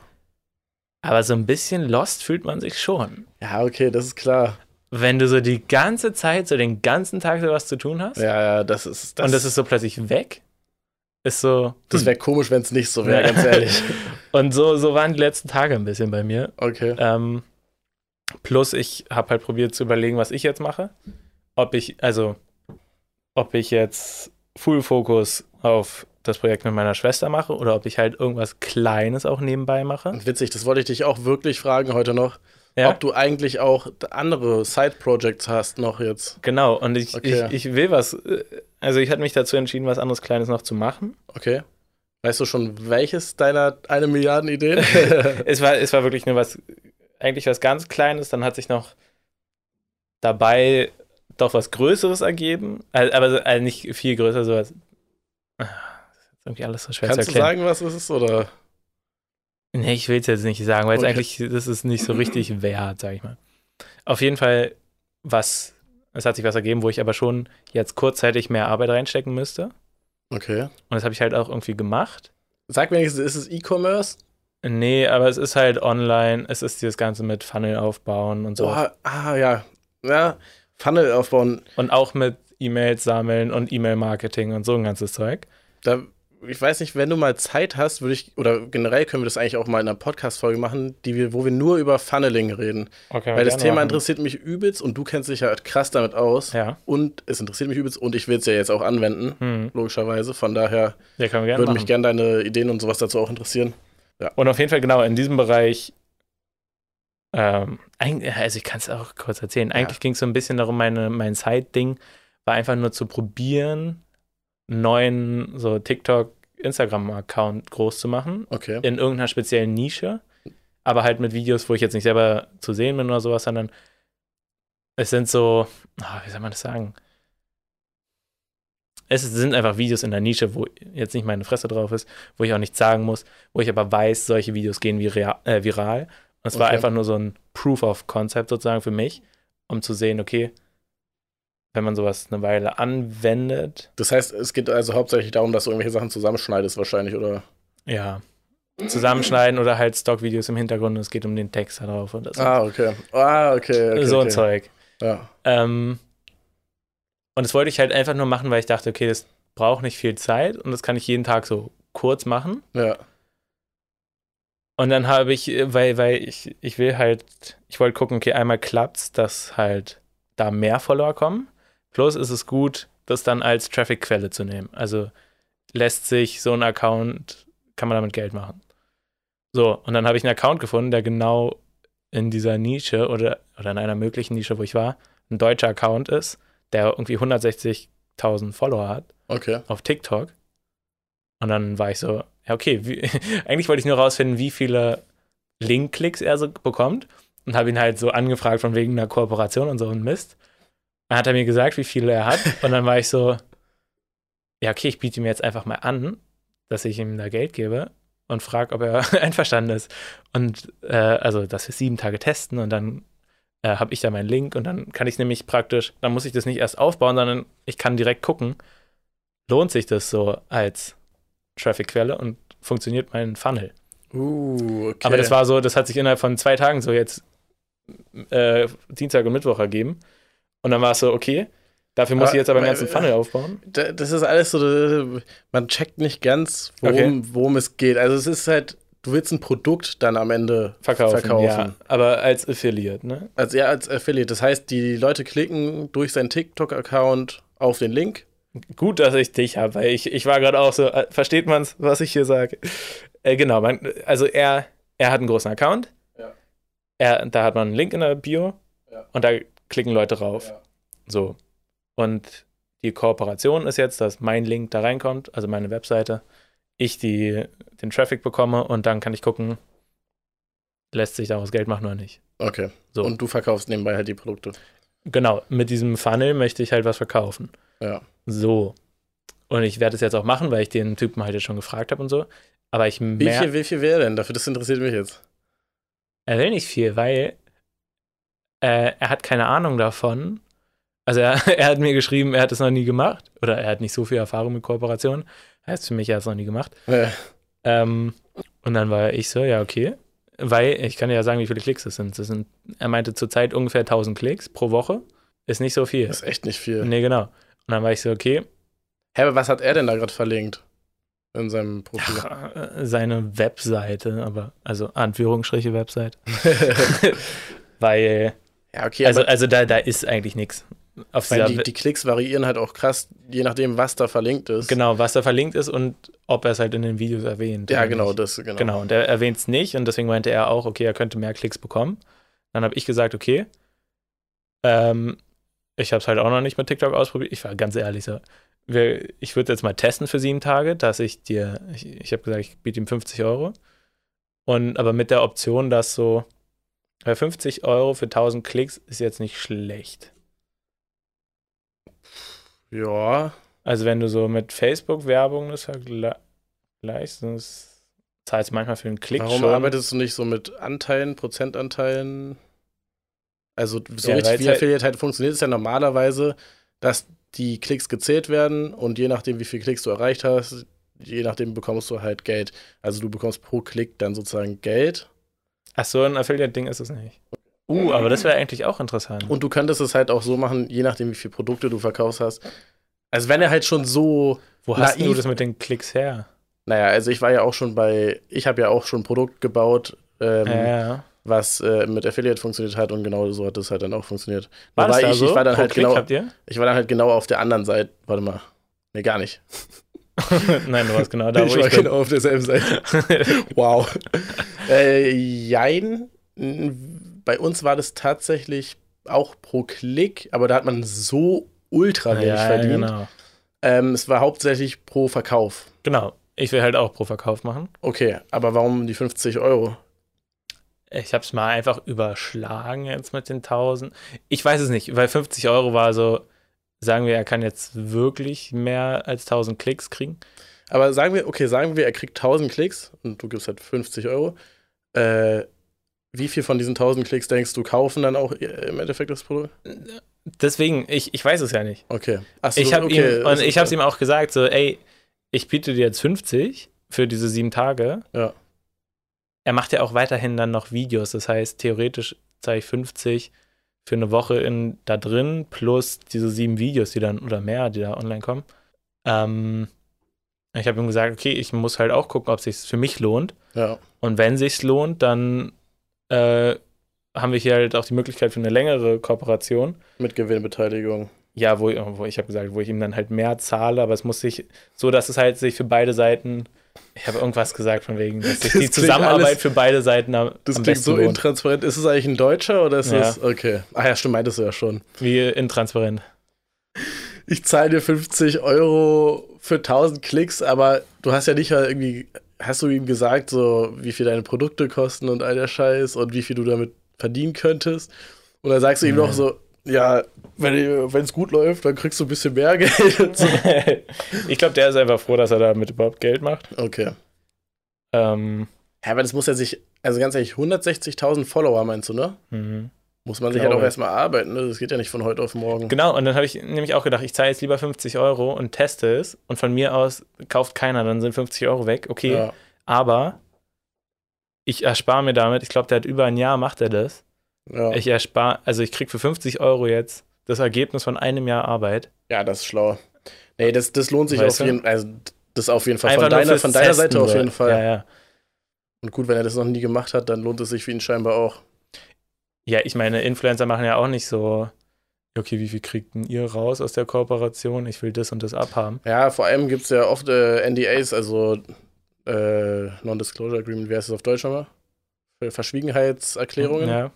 [SPEAKER 2] Aber so ein bisschen lost fühlt man sich schon.
[SPEAKER 1] ja, okay, das ist klar.
[SPEAKER 2] Wenn du so die ganze Zeit, so den ganzen Tag so was zu tun hast.
[SPEAKER 1] Ja, ja, das ist. Das,
[SPEAKER 2] und das ist so plötzlich weg. Ist so.
[SPEAKER 1] das wäre komisch, wenn es nicht so wäre,
[SPEAKER 2] Ja.
[SPEAKER 1] ganz ehrlich.
[SPEAKER 2] (laughs) Und so, so waren die letzten Tage ein bisschen bei mir.
[SPEAKER 1] Okay.
[SPEAKER 2] Ähm, plus, ich habe halt probiert zu überlegen, was ich jetzt mache. Ob ich, also, ob ich jetzt Full Focus auf das Projekt mit meiner Schwester mache oder ob ich halt irgendwas Kleines auch nebenbei mache.
[SPEAKER 1] Und witzig, das wollte ich dich auch wirklich fragen heute noch,
[SPEAKER 2] Ja,
[SPEAKER 1] ob du eigentlich auch andere Side-Projects hast noch jetzt.
[SPEAKER 2] genau. Und ich,
[SPEAKER 1] Okay.
[SPEAKER 2] ich, ich will was. äh, Also, ich hatte mich dazu entschieden, was anderes Kleines noch zu machen.
[SPEAKER 1] Okay. Weißt du schon, welches deiner eine Milliarden Ideen?
[SPEAKER 2] (laughs) es, war, es war wirklich nur was, eigentlich was ganz Kleines. Dann hat sich noch dabei doch was Größeres ergeben. Also, aber so- also nicht viel größer, sowas. Das ist irgendwie alles so
[SPEAKER 1] (laughs)
[SPEAKER 2] schwer
[SPEAKER 1] Kannst
[SPEAKER 2] zu
[SPEAKER 1] du
[SPEAKER 2] erklären.
[SPEAKER 1] sagen, was es ist? Oder?
[SPEAKER 2] Nee, ich will es jetzt nicht sagen, weil
[SPEAKER 1] Okay.
[SPEAKER 2] es eigentlich, das ist nicht so richtig wert, sag ich mal. Auf jeden Fall, was, es hat sich was ergeben, wo ich aber schon jetzt kurzzeitig mehr Arbeit reinstecken müsste.
[SPEAKER 1] Okay.
[SPEAKER 2] Und das habe ich halt auch irgendwie gemacht.
[SPEAKER 1] Sag wenigstens, ist es E-Commerce?
[SPEAKER 2] Nee, aber es ist halt online, es ist dieses Ganze mit Funnel aufbauen und so.
[SPEAKER 1] Boah, ah, ja. Ja, Funnel aufbauen.
[SPEAKER 2] Und auch mit E-Mails sammeln und E-Mail-Marketing und so ein ganzes Zeug.
[SPEAKER 1] Da, ich weiß nicht, wenn du mal Zeit hast, würde ich, oder generell können wir das eigentlich auch mal in einer Podcast-Folge machen, die wir, wo wir nur über Funneling reden.
[SPEAKER 2] Okay,
[SPEAKER 1] Weil das Thema interessiert mich übelst und du kennst dich ja halt krass damit aus.
[SPEAKER 2] Ja.
[SPEAKER 1] Und es interessiert mich übelst und ich will es ja jetzt auch anwenden,
[SPEAKER 2] Hm.
[SPEAKER 1] logischerweise. Von daher
[SPEAKER 2] Ja, können wir gerne
[SPEAKER 1] würde
[SPEAKER 2] machen.
[SPEAKER 1] mich gerne deine Ideen und sowas dazu auch interessieren.
[SPEAKER 2] und auf jeden Fall, genau, in diesem Bereich, ähm, ein- also ich kann es auch kurz erzählen, eigentlich ging es so ein bisschen darum, meine, mein Side-Ding war einfach nur zu probieren, neuen so TikTok, Instagram-Account groß zu machen,
[SPEAKER 1] Okay.
[SPEAKER 2] in irgendeiner speziellen Nische, aber halt mit Videos, wo ich jetzt nicht selber zu sehen bin oder sowas, sondern es sind so, ah, wie soll man das sagen? Es sind einfach Videos in der Nische, wo jetzt nicht meine Fresse drauf ist, wo ich auch nichts sagen muss, wo ich aber weiß, solche Videos gehen vira äh, viral. Und es war
[SPEAKER 1] Okay.
[SPEAKER 2] einfach nur so ein Proof of Concept sozusagen für mich, um zu sehen, okay, wenn man sowas eine Weile anwendet,
[SPEAKER 1] Das heißt, es geht also hauptsächlich darum, dass du irgendwelche Sachen zusammenschneidest wahrscheinlich, oder?
[SPEAKER 2] ja, zusammenschneiden oder halt Stockvideos im Hintergrund und es geht um den Text da drauf und das.
[SPEAKER 1] Ah, okay. Ah, okay. okay
[SPEAKER 2] so ein
[SPEAKER 1] okay.
[SPEAKER 2] Zeug.
[SPEAKER 1] Ja.
[SPEAKER 2] Ähm, und das wollte ich halt einfach nur machen, weil ich dachte, okay, das braucht nicht viel Zeit und das kann ich jeden Tag so kurz machen.
[SPEAKER 1] ja.
[SPEAKER 2] Und dann habe ich, äh, weil, weil ich, ich will halt, ich wollte gucken, okay, einmal klappt's, dass halt da mehr Follower kommen. Plus ist es gut, das dann als Traffic-Quelle zu nehmen. Also lässt sich so ein Account, kann man damit Geld machen. So, und dann habe ich einen Account gefunden, der genau in dieser Nische oder, oder in einer möglichen Nische, wo ich war, ein deutscher Account ist, der irgendwie 160 1000 Follower hat
[SPEAKER 1] Okay.
[SPEAKER 2] auf TikTok. Und dann war ich so, ja, okay, wie, (laughs) eigentlich wollte ich nur rausfinden, wie viele Link-Klicks er so bekommt. Und habe ihn halt so angefragt von wegen einer Kooperation und so und Mist. Dann hat er mir gesagt, wie viele er hat. Und dann war ich so, ja, okay, ich biete ihm jetzt einfach mal an, dass ich ihm da Geld gebe und frage, ob er (laughs) einverstanden ist. Und äh, also, dass wir sieben Tage testen und dann äh, habe ich da meinen Link und dann kann ich nämlich praktisch, dann muss ich das nicht erst aufbauen, sondern ich kann direkt gucken, lohnt sich das so als Traffic-Quelle und funktioniert mein Funnel.
[SPEAKER 1] Uh, okay.
[SPEAKER 2] Aber das war so, das hat sich innerhalb von zwei Tagen so jetzt äh, Dienstag und Mittwoch ergeben. Und dann war es so, okay, dafür muss
[SPEAKER 1] Aber-
[SPEAKER 2] ich jetzt aber einen
[SPEAKER 1] aber-
[SPEAKER 2] ganzen Funnel aufbauen.
[SPEAKER 1] Da- das ist alles so, man checkt nicht ganz, worum, worum es geht. Also es ist halt, du willst ein Produkt dann am Ende
[SPEAKER 2] Verkaufen,
[SPEAKER 1] verkaufen.
[SPEAKER 2] ja. Aber als Affiliate, ne?
[SPEAKER 1] Als er als Affiliate. Das heißt, die Leute klicken durch seinen TikTok-Account auf den Link.
[SPEAKER 2] Gut, dass ich dich habe, weil ich, ich war gerade auch so, äh, versteht man's, was ich hier sage? Äh, genau, man, also er, er hat einen großen Account.
[SPEAKER 1] Ja.
[SPEAKER 2] Er, da hat man einen Link in der Bio
[SPEAKER 1] Ja.
[SPEAKER 2] und da klicken Leute rauf.
[SPEAKER 1] Ja.
[SPEAKER 2] So. Und die Kooperation ist jetzt, dass mein Link da reinkommt, also meine Webseite, ich die, den Traffic bekomme und dann kann ich gucken, lässt sich daraus Geld machen oder nicht.
[SPEAKER 1] Okay.
[SPEAKER 2] So.
[SPEAKER 1] Und du verkaufst nebenbei halt die Produkte.
[SPEAKER 2] Genau, mit diesem Funnel möchte ich halt was verkaufen.
[SPEAKER 1] Ja.
[SPEAKER 2] So. Und ich werde es jetzt auch machen, weil ich den Typen halt jetzt schon gefragt habe und so. Aber ich
[SPEAKER 1] Wie viel,
[SPEAKER 2] merke,
[SPEAKER 1] wie viel wäre denn dafür? Das interessiert mich jetzt.
[SPEAKER 2] er will nicht viel, weil äh, er hat keine Ahnung davon. Also er, (laughs) er hat mir geschrieben, er hat es noch nie gemacht. Oder er hat nicht so viel Erfahrung mit Kooperationen. Heißt für mich, er hat es noch nie gemacht.
[SPEAKER 1] Äh,
[SPEAKER 2] Ähm, und dann war ich so, ja, okay. Weil ich kann dir ja sagen, wie viele Klicks das sind. Das sind er meinte zurzeit ungefähr 1000 Klicks pro Woche. Ist nicht so viel.
[SPEAKER 1] Das ist echt nicht viel.
[SPEAKER 2] Nee, genau. Und dann war ich so, okay,
[SPEAKER 1] Hä, aber was hat er denn da gerade verlinkt? In seinem Profil.
[SPEAKER 2] Ach, äh, seine Webseite, aber also
[SPEAKER 1] (laughs)
[SPEAKER 2] Anführungsstriche Website. Weil,
[SPEAKER 1] ja, okay,
[SPEAKER 2] also,
[SPEAKER 1] aber
[SPEAKER 2] also da, da ist eigentlich nichts. Auf
[SPEAKER 1] weil
[SPEAKER 2] dieser
[SPEAKER 1] die,
[SPEAKER 2] We-
[SPEAKER 1] die Klicks variieren halt auch krass, je nachdem, was da verlinkt ist.
[SPEAKER 2] genau, was da verlinkt ist und ob er es halt in den Videos erwähnt.
[SPEAKER 1] Ja,
[SPEAKER 2] oder
[SPEAKER 1] genau,
[SPEAKER 2] nicht.
[SPEAKER 1] das, genau.
[SPEAKER 2] Genau, und er erwähnt es nicht und deswegen meinte er auch, okay, er könnte mehr Klicks bekommen. Dann habe ich gesagt, okay, ähm, ich habe es halt auch noch nicht mit TikTok ausprobiert. Ich war ganz ehrlich so, wir, ich würde jetzt mal testen für sieben Tage, dass ich dir, ich, ich habe gesagt, ich biete ihm 50 Euro. Und aber mit der Option, dass so bei 50 Euro für 1000 Klicks ist jetzt nicht schlecht.
[SPEAKER 1] Ja,
[SPEAKER 2] Also wenn du so mit Facebook-Werbung das vergleichst, sonst zahlst du manchmal für einen Klick
[SPEAKER 1] Warum
[SPEAKER 2] schon.
[SPEAKER 1] arbeitest du nicht so mit Anteilen, Prozentanteilen? Also so
[SPEAKER 2] Ja,
[SPEAKER 1] richtig
[SPEAKER 2] weil's
[SPEAKER 1] wie
[SPEAKER 2] halt-
[SPEAKER 1] Affiliate halt funktioniert, ist ja normalerweise, dass die Klicks gezählt werden und je nachdem, wie viele Klicks du erreicht hast, je nachdem bekommst du halt Geld. Also du bekommst pro Klick dann sozusagen Geld
[SPEAKER 2] Ach so, ein Affiliate-Ding ist es nicht. Uh, aber das wäre eigentlich auch interessant.
[SPEAKER 1] und du könntest es halt auch so machen, je nachdem, wie viele Produkte du verkaufst hast. Also wenn er halt schon so,
[SPEAKER 2] Wo hast denn du
[SPEAKER 1] naiv-
[SPEAKER 2] das mit den Klicks her?
[SPEAKER 1] naja, also ich war ja auch schon bei, ich habe ja auch schon ein Produkt gebaut, ähm,
[SPEAKER 2] Ja, ja.
[SPEAKER 1] was äh, mit Affiliate funktioniert hat und genau so hat es halt dann auch funktioniert.
[SPEAKER 2] War das
[SPEAKER 1] Wobei
[SPEAKER 2] da
[SPEAKER 1] ich,
[SPEAKER 2] so?
[SPEAKER 1] ich war dann
[SPEAKER 2] Pro
[SPEAKER 1] halt
[SPEAKER 2] Klick
[SPEAKER 1] genau,
[SPEAKER 2] habt ihr? (laughs)
[SPEAKER 1] ich war dann halt genau auf der anderen Seite. Warte mal. Nee, gar nicht.
[SPEAKER 2] Nein, du warst
[SPEAKER 1] (laughs)
[SPEAKER 2] genau da, wo ich, bin.
[SPEAKER 1] auf derselben Seite. (laughs) wow. äh, jein. N- Bei uns war das tatsächlich auch pro Klick, aber da hat man so ultra wenig
[SPEAKER 2] ja,
[SPEAKER 1] verdient.
[SPEAKER 2] genau.
[SPEAKER 1] Ähm, es war hauptsächlich pro Verkauf.
[SPEAKER 2] Genau. Ich will halt auch pro Verkauf machen.
[SPEAKER 1] Okay, aber warum die 50 Euro?
[SPEAKER 2] Ich habe es mal einfach überschlagen jetzt mit den 1000. Ich weiß es nicht, weil 50 Euro war so, sagen wir, er kann jetzt wirklich mehr als 1000 Klicks kriegen.
[SPEAKER 1] Aber sagen wir, okay, sagen wir, er kriegt 1000 Klicks und du gibst halt 50 Euro. Äh, wie viel von diesen 1000 Klicks denkst du, kaufen dann auch äh, im Endeffekt das Produkt?
[SPEAKER 2] Deswegen, ich, ich weiß es ja nicht.
[SPEAKER 1] Okay. Ach so,
[SPEAKER 2] ich habe
[SPEAKER 1] okay,
[SPEAKER 2] ihm und
[SPEAKER 1] ist
[SPEAKER 2] ich
[SPEAKER 1] okay.
[SPEAKER 2] habe ihm auch gesagt so ey ich biete dir jetzt 50 für diese sieben Tage
[SPEAKER 1] Ja.
[SPEAKER 2] er macht ja auch weiterhin dann noch Videos das heißt theoretisch zahle ich 50 für eine Woche in da drin plus diese sieben Videos die dann oder mehr die da online kommen ähm, ich habe ihm gesagt okay ich muss halt auch gucken ob es für mich lohnt
[SPEAKER 1] Ja,
[SPEAKER 2] und wenn sich's lohnt dann äh, haben wir hier halt auch die Möglichkeit für eine längere Kooperation
[SPEAKER 1] mit Gewinnbeteiligung.
[SPEAKER 2] ja, wo, wo ich habe gesagt, wo ich ihm dann halt mehr zahle, aber es muss sich so, dass es halt sich für beide Seiten. Ich habe irgendwas gesagt von wegen, dass sich
[SPEAKER 1] Das
[SPEAKER 2] die
[SPEAKER 1] klingt
[SPEAKER 2] Zusammenarbeit
[SPEAKER 1] alles-
[SPEAKER 2] für beide Seiten am,
[SPEAKER 1] Das
[SPEAKER 2] am
[SPEAKER 1] klingt
[SPEAKER 2] besten
[SPEAKER 1] so
[SPEAKER 2] lohnt.
[SPEAKER 1] intransparent. Ist es eigentlich ein Deutscher oder ist
[SPEAKER 2] Ja.
[SPEAKER 1] es. Okay. Ah ja, stimmt, meintest du ja schon.
[SPEAKER 2] wie intransparent.
[SPEAKER 1] ich zahle dir 50 Euro für 1000 Klicks, aber du hast ja nicht mal irgendwie, hast du ihm gesagt, so wie viel deine Produkte kosten und all der Scheiß und wie viel du damit verdienen könntest. Und dann sagst du ihm noch so, ja, wenn es gut läuft, dann kriegst du ein bisschen mehr (laughs) Geld. Und so.
[SPEAKER 2] (laughs) ich glaube, der ist einfach froh, dass er damit überhaupt Geld macht.
[SPEAKER 1] Okay.
[SPEAKER 2] Ähm,
[SPEAKER 1] Ja, aber das muss ja sich, also ganz ehrlich, 160.000 Follower meinst du, ne?
[SPEAKER 2] mhm.
[SPEAKER 1] Muss man sich
[SPEAKER 2] Glaube
[SPEAKER 1] halt auch
[SPEAKER 2] ich.
[SPEAKER 1] erstmal arbeiten, ne? Das geht ja nicht von heute auf morgen.
[SPEAKER 2] Genau, und dann habe ich nämlich auch gedacht, ich zahle jetzt lieber 50 Euro und teste es und von mir aus kauft keiner, dann sind 50 Euro weg. Okay,
[SPEAKER 1] Ja.
[SPEAKER 2] aber ich erspare mir damit, ich glaube, der hat über ein Jahr macht er das.
[SPEAKER 1] Ja.
[SPEAKER 2] Ich erspare, also ich kriege für 50 Euro jetzt das Ergebnis von einem Jahr Arbeit.
[SPEAKER 1] ja, das ist schlau. Nee, das, das lohnt sich
[SPEAKER 2] Weißt
[SPEAKER 1] auf
[SPEAKER 2] du?
[SPEAKER 1] jeden Fall. Also, das auf jeden Fall.
[SPEAKER 2] Einfach
[SPEAKER 1] von
[SPEAKER 2] nur
[SPEAKER 1] deiner,
[SPEAKER 2] fürs
[SPEAKER 1] von deiner
[SPEAKER 2] Testen
[SPEAKER 1] Seite auf
[SPEAKER 2] so.
[SPEAKER 1] jeden Fall.
[SPEAKER 2] Ja, ja.
[SPEAKER 1] Und gut, wenn er das noch nie gemacht hat, dann lohnt es sich für ihn scheinbar auch.
[SPEAKER 2] ja, ich meine, Influencer machen ja auch nicht so, okay, wie viel kriegt denn ihr raus aus der Kooperation? Ich will das und das abhaben.
[SPEAKER 1] Ja, vor allem gibt es ja oft äh, NDAs, also äh, Non-Disclosure Agreement, wie heißt das auf Deutsch nochmal? Äh, Verschwiegenheitserklärungen
[SPEAKER 2] Ja,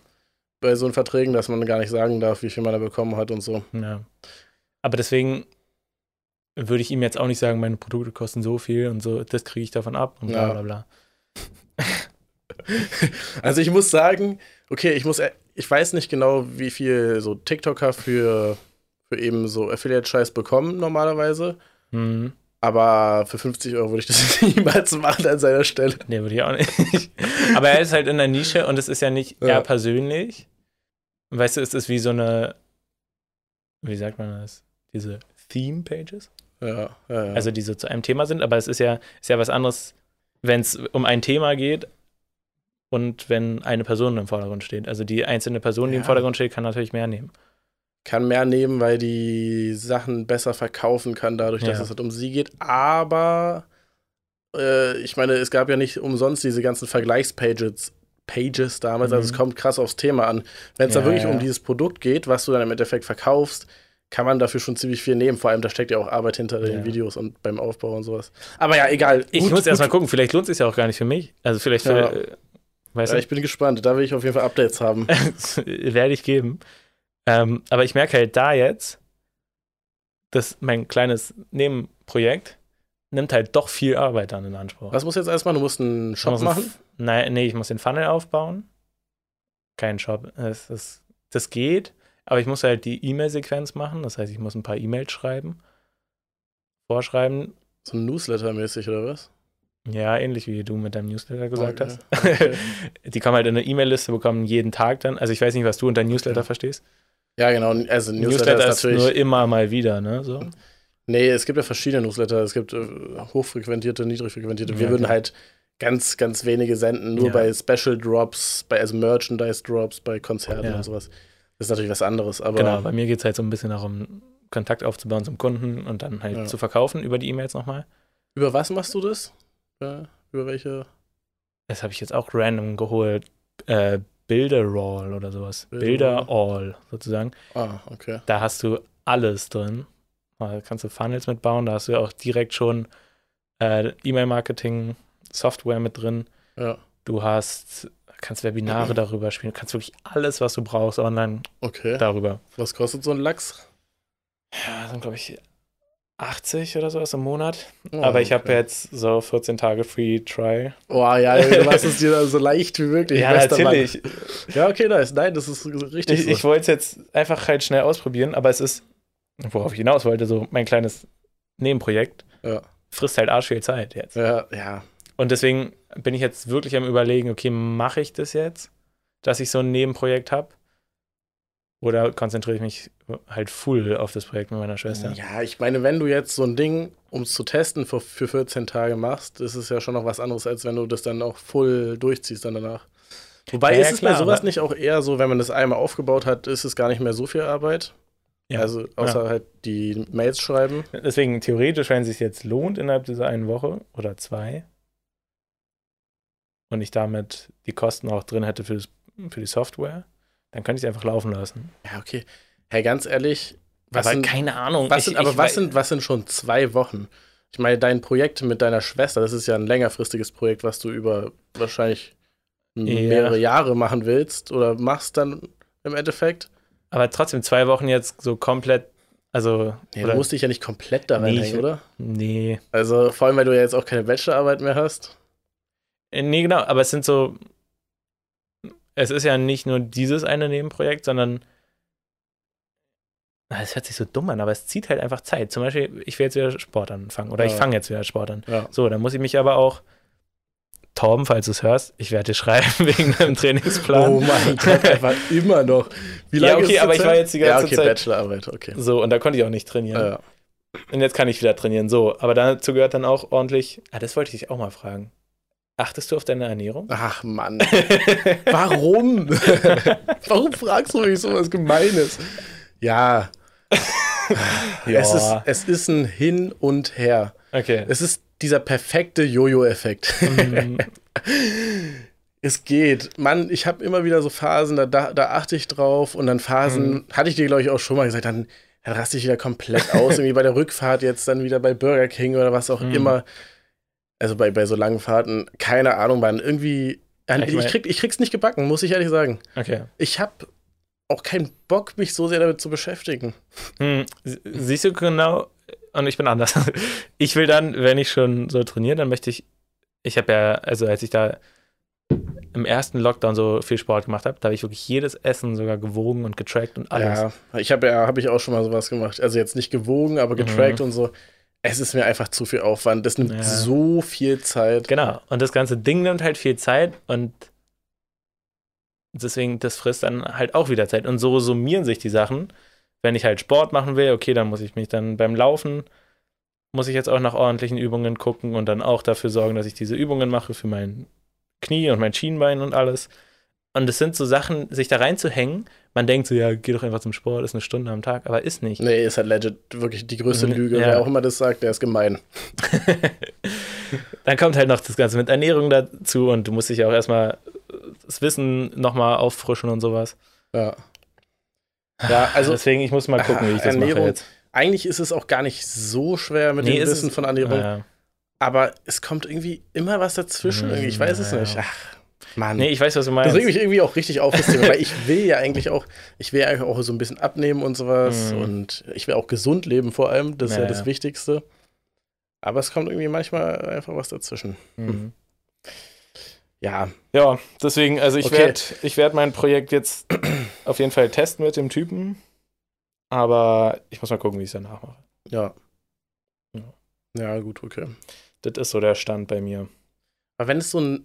[SPEAKER 1] bei so einen Verträgen, dass man gar nicht sagen darf, wie viel man da bekommen hat und so. (laughs)
[SPEAKER 2] ja. Aber deswegen würde ich ihm jetzt auch nicht sagen, meine Produkte kosten so viel und so, das kriege ich davon ab und bla
[SPEAKER 1] Ja.
[SPEAKER 2] bla bla.
[SPEAKER 1] Also ich muss sagen, okay, ich muss, e- ich weiß nicht genau, wie viel so TikToker für, für eben so Affiliate-Scheiß bekommen normalerweise,
[SPEAKER 2] Hm,
[SPEAKER 1] aber für 50 Euro würde ich das (laughs) niemals machen an seiner Stelle.
[SPEAKER 2] nee, würde ich auch nicht. (laughs) Aber er ist halt in der Nische und es ist ja nicht
[SPEAKER 1] Ja.
[SPEAKER 2] er persönlich. Weißt du, es ist wie so eine, wie sagt man das? Diese Theme-Pages?
[SPEAKER 1] Ja, ja, ja.
[SPEAKER 2] also die so zu einem Thema sind, aber es ist ja, ist ja was anderes, wenn es um ein Thema geht und wenn eine Person im Vordergrund steht. Also die einzelne Person, die im
[SPEAKER 1] Ja.
[SPEAKER 2] Vordergrund steht, kann natürlich mehr nehmen.
[SPEAKER 1] kann mehr nehmen, weil die Sachen besser verkaufen kann, dadurch, dass
[SPEAKER 2] Ja.
[SPEAKER 1] es halt um sie geht. Aber äh, ich meine, es gab ja nicht umsonst diese ganzen Vergleichspages Pages damals. Also es
[SPEAKER 2] Mhm.
[SPEAKER 1] kommt krass aufs Thema an. Wenn es da
[SPEAKER 2] Ja,
[SPEAKER 1] wirklich
[SPEAKER 2] ja.
[SPEAKER 1] um dieses Produkt geht, was du dann im Endeffekt verkaufst, kann man dafür schon ziemlich viel nehmen. Vor allem, da steckt ja auch Arbeit hinter
[SPEAKER 2] Ja.
[SPEAKER 1] den Videos und beim Aufbau und sowas. Aber ja, egal.
[SPEAKER 2] Ich
[SPEAKER 1] Gut,
[SPEAKER 2] muss
[SPEAKER 1] gut.
[SPEAKER 2] erstmal gucken, vielleicht lohnt es sich ja auch gar nicht für mich. Also vielleicht für,
[SPEAKER 1] Ja.
[SPEAKER 2] äh, weißt
[SPEAKER 1] Ja, ich bin gespannt. Da will ich auf jeden Fall Updates haben.
[SPEAKER 2] du, (laughs) werde ich geben. Ähm, aber ich merke halt da jetzt, dass mein kleines Nebenprojekt nimmt halt doch viel Arbeit dann in Anspruch.
[SPEAKER 1] Was musst du jetzt erstmal? Du musst einen
[SPEAKER 2] Ich muss
[SPEAKER 1] Shop
[SPEAKER 2] einen
[SPEAKER 1] machen.
[SPEAKER 2] F- Nein, nee, ich muss den Funnel aufbauen. Kein Shop. Das, ist, das geht, aber ich muss halt die E-Mail-Sequenz machen. Das heißt, ich muss ein paar E-Mails schreiben, vorschreiben.
[SPEAKER 1] So ein Newsletter-mäßig oder was?
[SPEAKER 2] Ja, ähnlich wie du mit deinem Newsletter gesagt
[SPEAKER 1] Okay.
[SPEAKER 2] hast. (laughs) Die kommen halt in eine E-Mail-Liste, bekommen jeden Tag dann. Also ich weiß nicht, was du unter Newsletter
[SPEAKER 1] Okay.
[SPEAKER 2] verstehst.
[SPEAKER 1] Ja, genau. Also Newsletter, ist natürlich.
[SPEAKER 2] nur immer mal wieder, ne? So.
[SPEAKER 1] Nee, es gibt ja verschiedene Newsletter. Es gibt äh, hochfrequentierte, niedrigfrequentierte. Wir
[SPEAKER 2] Ja,
[SPEAKER 1] würden
[SPEAKER 2] klar.
[SPEAKER 1] halt ganz, ganz wenige senden, nur
[SPEAKER 2] Ja.
[SPEAKER 1] bei Special Drops, bei also Merchandise Drops, bei Konzerten
[SPEAKER 2] Ja.
[SPEAKER 1] und sowas. Das ist natürlich was anderes, aber
[SPEAKER 2] Genau, bei mir geht es halt so ein bisschen darum, Kontakt aufzubauen zum Kunden und dann halt
[SPEAKER 1] Ja.
[SPEAKER 2] zu verkaufen über die E-Mails nochmal.
[SPEAKER 1] über was machst du das? Äh, über welche?
[SPEAKER 2] das habe ich jetzt auch random geholt, äh, Bilderall oder sowas.
[SPEAKER 1] Bilderall.
[SPEAKER 2] Bilderall sozusagen.
[SPEAKER 1] Ah, okay.
[SPEAKER 2] Da hast du alles drin. Da kannst du Funnels mitbauen, da hast du ja auch direkt schon äh, E-Mail-Marketing, Software mit drin.
[SPEAKER 1] Ja,
[SPEAKER 2] Du hast, kannst Webinare darüber spielen, du kannst wirklich alles, was du brauchst, online
[SPEAKER 1] okay.
[SPEAKER 2] darüber.
[SPEAKER 1] Was kostet so ein Lachs?
[SPEAKER 2] Ja, das sind, glaube ich, 80 oder sowas im Monat.
[SPEAKER 1] Oh,
[SPEAKER 2] Aber ich habe
[SPEAKER 1] okay.
[SPEAKER 2] jetzt so 14 Tage Free Trial.
[SPEAKER 1] Oh ja, du machst es dir so leicht wie möglich. bester Mann. Ja, okay, nice. Nein, das ist richtig.
[SPEAKER 2] Ich, ich
[SPEAKER 1] so.
[SPEAKER 2] wollte es jetzt einfach halt schnell ausprobieren, aber es ist, worauf ich hinaus wollte, so mein kleines Nebenprojekt
[SPEAKER 1] Ja.
[SPEAKER 2] frisst halt arsch viel Zeit jetzt.
[SPEAKER 1] ja, Äh, ja.
[SPEAKER 2] Und deswegen bin ich jetzt wirklich am Überlegen, okay, mache ich das jetzt, dass ich so ein Nebenprojekt habe? Oder konzentriere ich mich halt full auf das Projekt mit meiner Schwester?
[SPEAKER 1] Ja, ich meine, wenn du jetzt so ein Ding, um es zu testen, für, für 14 Tage machst, ist es ja schon noch was anderes, als wenn du das dann auch voll durchziehst dann danach. Wobei
[SPEAKER 2] Ja, ja,
[SPEAKER 1] ist es bei
[SPEAKER 2] klar,
[SPEAKER 1] sowas
[SPEAKER 2] aber-
[SPEAKER 1] nicht auch eher so, wenn man das einmal aufgebaut hat, ist es gar nicht mehr so viel Arbeit.
[SPEAKER 2] Ja.
[SPEAKER 1] Also außer halt die Mails schreiben.
[SPEAKER 2] Deswegen theoretisch, wenn es sich jetzt lohnt, innerhalb dieser einen Woche oder zwei und ich damit die Kosten auch drin hätte für, das, für die Software, dann könnte ich es einfach laufen lassen.
[SPEAKER 1] Ja, okay. Hey, ganz ehrlich, was
[SPEAKER 2] aber
[SPEAKER 1] sind,
[SPEAKER 2] keine Ahnung.
[SPEAKER 1] was
[SPEAKER 2] ich-
[SPEAKER 1] sind, aber
[SPEAKER 2] ich
[SPEAKER 1] was,
[SPEAKER 2] wei-
[SPEAKER 1] sind, was sind schon zwei Wochen? Ich meine, dein Projekt mit deiner Schwester, das ist ja ein längerfristiges Projekt, was du über wahrscheinlich mehrere Jahre machen willst oder machst dann im Endeffekt.
[SPEAKER 2] Aber trotzdem zwei Wochen jetzt so komplett, Also,
[SPEAKER 1] Nee,
[SPEAKER 2] oder-
[SPEAKER 1] du musst dich ja nicht komplett da
[SPEAKER 2] Nee, ich-
[SPEAKER 1] reinhängen, oder?
[SPEAKER 2] nee.
[SPEAKER 1] Also vor allem, weil du ja jetzt auch keine Bachelorarbeit mehr hast.
[SPEAKER 2] Äh, Nee, genau, aber es sind so. Es ist ja nicht nur dieses eine Nebenprojekt, sondern. Na, Es hört sich so dumm an, aber es zieht halt einfach Zeit. Zum Beispiel, ich will jetzt wieder Sport anfangen oder ich
[SPEAKER 1] Ja.
[SPEAKER 2] fange jetzt wieder Sport an.
[SPEAKER 1] Ja.
[SPEAKER 2] So, dann muss ich mich aber auch. Torben, falls du es hörst, ich werde dir schreiben (laughs) wegen deinem Trainingsplan.
[SPEAKER 1] Oh
[SPEAKER 2] (laughs)
[SPEAKER 1] mein Gott, er war immer noch. Wie
[SPEAKER 2] Ja,
[SPEAKER 1] lange
[SPEAKER 2] okay,
[SPEAKER 1] ist die
[SPEAKER 2] aber ich
[SPEAKER 1] Zeit?
[SPEAKER 2] war jetzt die ganze
[SPEAKER 1] ja, okay,
[SPEAKER 2] Zeit-
[SPEAKER 1] Bachelorarbeit, okay.
[SPEAKER 2] So, und da konnte ich auch nicht trainieren.
[SPEAKER 1] Ja.
[SPEAKER 2] Und jetzt kann ich wieder trainieren. So, aber dazu gehört dann auch ordentlich. Ah, das wollte ich dich auch mal fragen. Achtest du auf deine Ernährung?
[SPEAKER 1] Ach
[SPEAKER 2] (laughs)
[SPEAKER 1] Mann, warum? (laughs) warum fragst du mich so was Gemeines?
[SPEAKER 2] (laughs)
[SPEAKER 1] Ja.
[SPEAKER 2] Ja.
[SPEAKER 1] Es, ist, es ist ein Hin und Her.
[SPEAKER 2] (laughs) Okay.
[SPEAKER 1] Es ist dieser perfekte Jojo-Effekt.
[SPEAKER 2] Mm,
[SPEAKER 1] Es geht. Mann, ich habe immer wieder so Phasen, da, da, da achte ich drauf und dann
[SPEAKER 2] Mhm.
[SPEAKER 1] Phasen, hatte ich dir, glaube ich, auch schon mal gesagt, dann, dann raste ich wieder komplett
[SPEAKER 2] (laughs)
[SPEAKER 1] aus. irgendwie bei der Rückfahrt jetzt dann wieder bei Burger King oder was auch
[SPEAKER 2] Mhm.
[SPEAKER 1] immer. Also bei, bei so langen Fahrten, keine Ahnung, wann. Irgendwie,
[SPEAKER 2] ich
[SPEAKER 1] ich,
[SPEAKER 2] mein-
[SPEAKER 1] krieg, ich krieg's nicht gebacken, muss ich ehrlich sagen.
[SPEAKER 2] okay.
[SPEAKER 1] Ich habe auch keinen Bock, mich so sehr damit zu beschäftigen.
[SPEAKER 2] Hm, sie- siehst du genau, und ich bin anders. (laughs) Ich will dann, wenn ich schon so trainiere, dann möchte ich, ich habe ja, also als ich da im ersten Lockdown so viel Sport gemacht habe, da habe ich wirklich jedes Essen sogar gewogen und getrackt und alles.
[SPEAKER 1] Ja, ich habe ja, habe ich auch schon mal sowas gemacht. Also jetzt nicht gewogen,
[SPEAKER 2] Mhm.
[SPEAKER 1] aber getrackt und so. Es ist mir einfach zu viel Aufwand. Das nimmt
[SPEAKER 2] Ja.
[SPEAKER 1] so viel Zeit.
[SPEAKER 2] Genau. Und das ganze Ding nimmt halt viel Zeit und deswegen, das frisst dann halt auch wieder Zeit. Und so summieren sich die Sachen. Wenn ich halt Sport machen will, okay, dann muss ich mich dann beim Laufen, muss ich jetzt auch nach ordentlichen Übungen gucken und dann auch dafür sorgen, dass ich diese Übungen mache für mein Knie und mein Schienbein und alles. Und es sind so Sachen, sich da reinzuhängen. Man denkt so, ja, geh doch einfach zum Sport, ist eine Stunde am Tag, aber ist nicht.
[SPEAKER 1] Nee, ist halt legit wirklich die größte
[SPEAKER 2] Mhm,
[SPEAKER 1] Lüge.
[SPEAKER 2] ja.
[SPEAKER 1] Wer auch immer das sagt, der ist gemein.
[SPEAKER 2] dann kommt halt noch das Ganze mit Ernährung dazu und du musst dich ja auch erstmal das Wissen nochmal auffrischen und sowas.
[SPEAKER 1] Ja. Ja,
[SPEAKER 2] Also
[SPEAKER 1] also
[SPEAKER 2] deswegen, ich muss mal gucken, wie ich das mache
[SPEAKER 1] Ernährung
[SPEAKER 2] jetzt.
[SPEAKER 1] eigentlich ist es auch gar nicht so schwer mit
[SPEAKER 2] Nee,
[SPEAKER 1] dem
[SPEAKER 2] ist
[SPEAKER 1] Wissen
[SPEAKER 2] es-
[SPEAKER 1] von Ernährung,
[SPEAKER 2] Ja.
[SPEAKER 1] aber es kommt irgendwie immer was dazwischen.
[SPEAKER 2] Mhm,
[SPEAKER 1] irgendwie. Ich weiß es
[SPEAKER 2] ja.
[SPEAKER 1] nicht. Ach, Mann.
[SPEAKER 2] Nee, ich weiß, was du meinst.
[SPEAKER 1] das regt mich irgendwie auch richtig auf, das Thema, weil
[SPEAKER 2] (laughs)
[SPEAKER 1] ich will ja eigentlich auch, ich will ja eigentlich auch so ein bisschen abnehmen und sowas
[SPEAKER 2] Mhm.
[SPEAKER 1] und ich will auch gesund leben vor allem, das ist ja,
[SPEAKER 2] Ja,
[SPEAKER 1] das
[SPEAKER 2] ja.
[SPEAKER 1] Wichtigste. Aber es kommt irgendwie manchmal einfach was dazwischen.
[SPEAKER 2] Mhm.
[SPEAKER 1] Ja,
[SPEAKER 3] Ja, deswegen, also ich
[SPEAKER 1] Okay.
[SPEAKER 3] werde ich werd mein Projekt jetzt (clears throat) auf jeden Fall testen mit dem Typen. Aber ich muss mal gucken, wie ich es danach mache.
[SPEAKER 1] ja.
[SPEAKER 3] Ja.
[SPEAKER 1] Ja, gut, okay.
[SPEAKER 3] Das ist so der Stand bei mir.
[SPEAKER 1] Aber wenn es so ein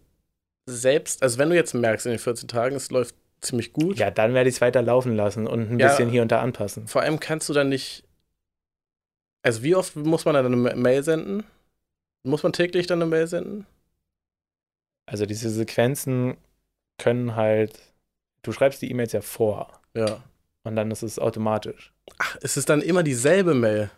[SPEAKER 1] selbst, also wenn du jetzt merkst in den 14 Tagen, es läuft ziemlich gut,
[SPEAKER 2] Ja, dann werde ich es weiter laufen lassen und ein
[SPEAKER 1] Ja.
[SPEAKER 2] bisschen hier und da anpassen.
[SPEAKER 1] vor allem kannst du dann nicht, also wie oft muss man dann eine Ma- Mail senden? Muss man täglich dann eine Mail senden?
[SPEAKER 2] Also diese Sequenzen können halt, du schreibst die E-Mails ja vor
[SPEAKER 1] Ja.
[SPEAKER 2] und dann ist es automatisch.
[SPEAKER 1] Ach, es ist dann immer dieselbe Mail.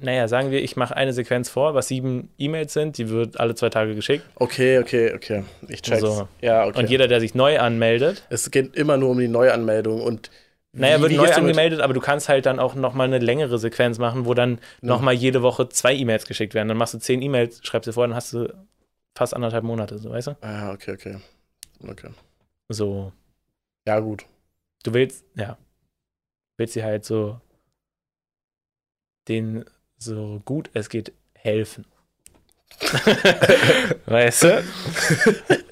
[SPEAKER 2] Naja, sagen wir, ich mache eine Sequenz vor, was sieben E-Mails sind, die wird alle zwei Tage geschickt.
[SPEAKER 1] Okay, okay, okay. Ich check's.
[SPEAKER 2] So.
[SPEAKER 1] Ja, okay.
[SPEAKER 2] Und jeder, der sich neu anmeldet,
[SPEAKER 1] es geht immer nur um die Neuanmeldung und
[SPEAKER 2] naja,
[SPEAKER 1] wie-
[SPEAKER 2] wird
[SPEAKER 1] wie
[SPEAKER 2] neu
[SPEAKER 1] gehst du mit-
[SPEAKER 2] angemeldet, aber du kannst halt dann auch nochmal eine längere Sequenz machen, wo dann nochmal jede Woche zwei E-Mails geschickt werden. Dann machst du zehn E-Mails, schreibst du vor, dann hast du fast anderthalb Monate, so, weißt du?
[SPEAKER 1] Ah, okay, okay. Okay.
[SPEAKER 2] So,
[SPEAKER 1] Ja, gut.
[SPEAKER 2] du willst, ja, willst sie halt so den so gut es geht
[SPEAKER 1] (laughs)
[SPEAKER 2] helfen. weißt du?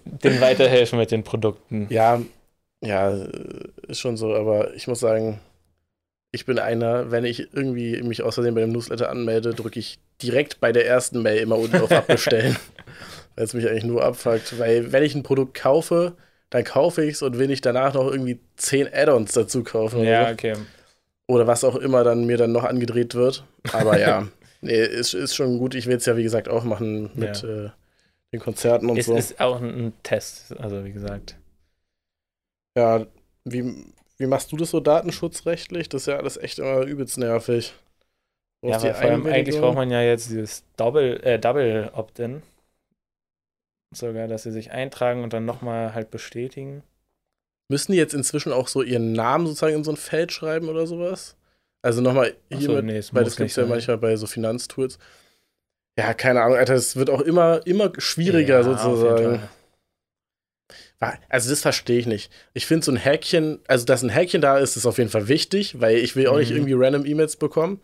[SPEAKER 2] Den weiterhelfen mit den Produkten.
[SPEAKER 1] Ja, ja, äh, ist schon so, aber ich muss sagen, ich bin einer, wenn ich irgendwie mich aus Versehen bei dem Newsletter anmelde, drücke ich direkt bei der ersten Mail immer unten auf
[SPEAKER 2] (laughs)
[SPEAKER 1] Abbestellen, weil es mich eigentlich nur abfuckt. Weil wenn ich ein Produkt kaufe, dann kaufe ich es und will nicht danach noch irgendwie zehn Add-ons dazu kaufen oder,
[SPEAKER 2] Ja,
[SPEAKER 1] so.
[SPEAKER 2] okay.
[SPEAKER 1] oder was auch immer dann mir dann noch angedreht wird. Aber
[SPEAKER 2] (laughs)
[SPEAKER 1] ja, nee, ist, ist schon gut. Ich will es ja, wie gesagt, auch machen mit äh, den Konzerten und
[SPEAKER 2] Es
[SPEAKER 1] so.
[SPEAKER 2] ist auch ein ein Test, also wie gesagt.
[SPEAKER 1] Ja, wie, wie machst du das so datenschutzrechtlich? Das ist ja alles echt immer übelst nervig. Wo
[SPEAKER 2] Ja,
[SPEAKER 1] ist die
[SPEAKER 2] aber vor allem eigentlich
[SPEAKER 1] Einwilligung?
[SPEAKER 2] braucht man ja jetzt dieses Double, äh, Double Opt-in. Sogar, dass sie sich eintragen und dann nochmal halt bestätigen.
[SPEAKER 1] Müssen die jetzt inzwischen auch so ihren Namen sozusagen in so ein Feld schreiben oder sowas? Also nochmal hier,
[SPEAKER 2] Achso,
[SPEAKER 1] mit,
[SPEAKER 2] nee, es
[SPEAKER 1] weil
[SPEAKER 2] muss
[SPEAKER 1] das gibt es
[SPEAKER 2] nicht
[SPEAKER 1] ja
[SPEAKER 2] sein.
[SPEAKER 1] manchmal bei so Finanztools. Ja, keine Ahnung, Alter, es wird auch immer, immer schwieriger
[SPEAKER 2] Ja, auf jeden
[SPEAKER 1] sozusagen.
[SPEAKER 2] Fall.
[SPEAKER 1] Ah, Also das verstehe ich nicht. Ich finde so ein Häkchen, also dass ein Häkchen da ist, ist auf jeden Fall wichtig, weil ich will auch nicht
[SPEAKER 4] Mhm.
[SPEAKER 1] irgendwie random E-Mails bekommen.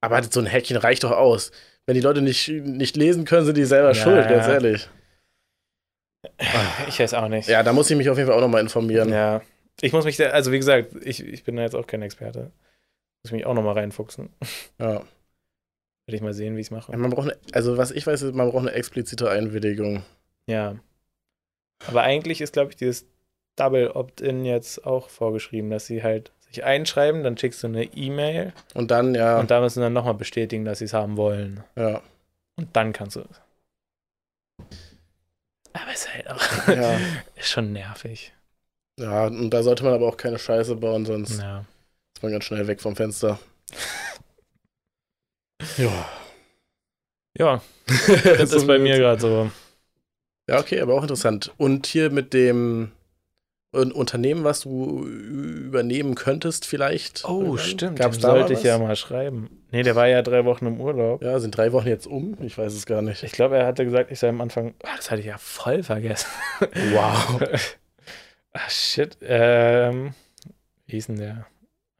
[SPEAKER 1] Aber so ein Häkchen reicht doch aus. Wenn die Leute nicht, nicht lesen können, sind die selber
[SPEAKER 4] Ja,
[SPEAKER 1] schuld, ganz
[SPEAKER 4] ja.
[SPEAKER 1] ehrlich.
[SPEAKER 2] Ich weiß auch nicht.
[SPEAKER 1] Ja, da muss ich mich auf jeden Fall auch nochmal informieren.
[SPEAKER 2] Ja. Ich muss mich da, also wie gesagt, ich, ich bin da jetzt auch kein Experte. Muss mich auch nochmal reinfuchsen.
[SPEAKER 1] Ja.
[SPEAKER 2] Will ich mal sehen, wie ich es mache.
[SPEAKER 1] Ja, man braucht eine, also was ich weiß, ist, man braucht eine explizite Einwilligung.
[SPEAKER 2] Ja. Aber eigentlich ist, glaube ich, dieses Double Opt-in jetzt auch vorgeschrieben, dass sie halt sich einschreiben, dann schickst du eine E-Mail
[SPEAKER 1] Und dann, ja,
[SPEAKER 2] und da müssen sie dann nochmal bestätigen, dass sie es haben wollen.
[SPEAKER 1] ja,
[SPEAKER 2] Und dann kannst du es. Aber ist halt auch
[SPEAKER 1] ja.
[SPEAKER 2] (laughs) ist schon nervig.
[SPEAKER 1] Ja, und da sollte man aber auch keine Scheiße bauen, sonst
[SPEAKER 2] Ja.
[SPEAKER 1] ist man ganz schnell weg vom Fenster. ja.
[SPEAKER 2] Ja, das ist bei mir gerade so.
[SPEAKER 1] Ja, okay, aber auch interessant. Und hier mit dem Un- Unternehmen, was du ü- übernehmen könntest, vielleicht.
[SPEAKER 4] Oh, stimmt,
[SPEAKER 1] Gab's
[SPEAKER 2] Dem
[SPEAKER 1] da
[SPEAKER 2] sollte
[SPEAKER 1] mal
[SPEAKER 2] ich ja
[SPEAKER 1] was?
[SPEAKER 2] mal schreiben. Nee, der war ja drei Wochen im Urlaub.
[SPEAKER 1] Ja, sind drei Wochen jetzt um? Ich weiß es gar nicht.
[SPEAKER 2] Ich glaube, er hatte gesagt, ich sei am Anfang. Ah, das hatte ich ja voll vergessen.
[SPEAKER 1] Wow.
[SPEAKER 2] (laughs) ah, shit. Ähm, wie hieß denn der?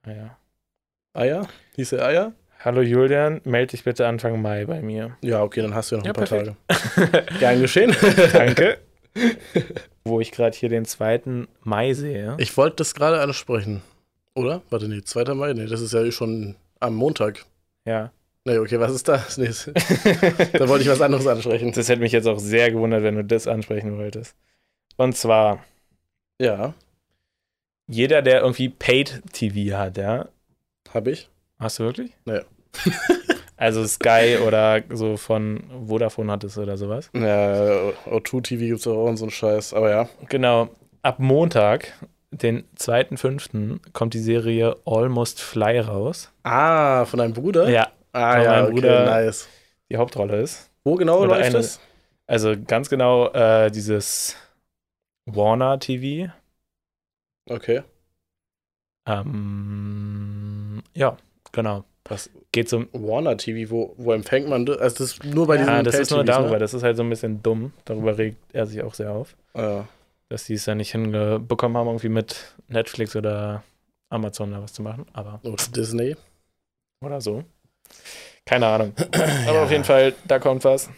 [SPEAKER 2] Naja.
[SPEAKER 1] (laughs) Eier? Hieß er Eier?
[SPEAKER 2] Hallo Julian, melde dich bitte Anfang Mai bei mir.
[SPEAKER 1] Ja, okay, dann hast du ja noch
[SPEAKER 4] Ja,
[SPEAKER 1] ein paar
[SPEAKER 4] perfekt.
[SPEAKER 1] Tage. Gern geschehen.
[SPEAKER 2] (laughs)
[SPEAKER 1] (laughs)
[SPEAKER 2] Danke. Wo ich gerade hier den 2. Mai sehe.
[SPEAKER 1] Ich wollte das gerade ansprechen. Oder? Warte, nee, 2. Mai? Nee, das ist ja schon am Montag.
[SPEAKER 2] Ja.
[SPEAKER 1] Nee, okay, was ist das? (laughs) Nee, das- da
[SPEAKER 2] (laughs) da
[SPEAKER 1] wollte ich was anderes ansprechen.
[SPEAKER 2] (laughs) Das hätte mich jetzt auch sehr gewundert, wenn du das ansprechen wolltest. Und zwar,
[SPEAKER 1] Ja,
[SPEAKER 2] jeder, der irgendwie Paid TV hat, ja.
[SPEAKER 1] habe ich.
[SPEAKER 2] Hast du wirklich?
[SPEAKER 1] Nee.
[SPEAKER 2] (laughs) Also Sky oder so von Vodafone hattest oder sowas.
[SPEAKER 1] Ja, O2 TV gibt es auch und so einen Scheiß, aber ja.
[SPEAKER 2] Genau. Ab Montag, den 2.5., kommt die Serie Almost Fly raus.
[SPEAKER 1] Ah, von deinem Bruder?
[SPEAKER 2] Ja,
[SPEAKER 1] Ah,
[SPEAKER 2] Von
[SPEAKER 1] ja,
[SPEAKER 2] meinem
[SPEAKER 1] okay,
[SPEAKER 2] Bruder.
[SPEAKER 1] nice.
[SPEAKER 2] die Hauptrolle ist.
[SPEAKER 1] Wo genau
[SPEAKER 2] Oder
[SPEAKER 1] läuft
[SPEAKER 2] eine-
[SPEAKER 1] das?
[SPEAKER 2] Also ganz genau äh, dieses Warner TV.
[SPEAKER 1] Okay.
[SPEAKER 2] Ähm, ja, genau.
[SPEAKER 1] Was?
[SPEAKER 2] Geht so.
[SPEAKER 1] Warner TV, wo, wo empfängt man das? Also, das ist nur bei diesen ne?
[SPEAKER 2] Ja, Ah, das ist nur
[SPEAKER 1] Pay-TVs,
[SPEAKER 2] darüber. Das ist halt so ein bisschen dumm. Darüber regt er sich auch sehr auf,
[SPEAKER 1] Ne?
[SPEAKER 2] dass die es ja nicht hinbekommen haben, irgendwie mit Netflix oder Amazon da was zu machen. Aber
[SPEAKER 1] Ja. Oder oh,
[SPEAKER 2] (clears throat)
[SPEAKER 1] Disney.
[SPEAKER 2] oder so. Keine Ahnung. Aber auf jeden Fall, da kommt was.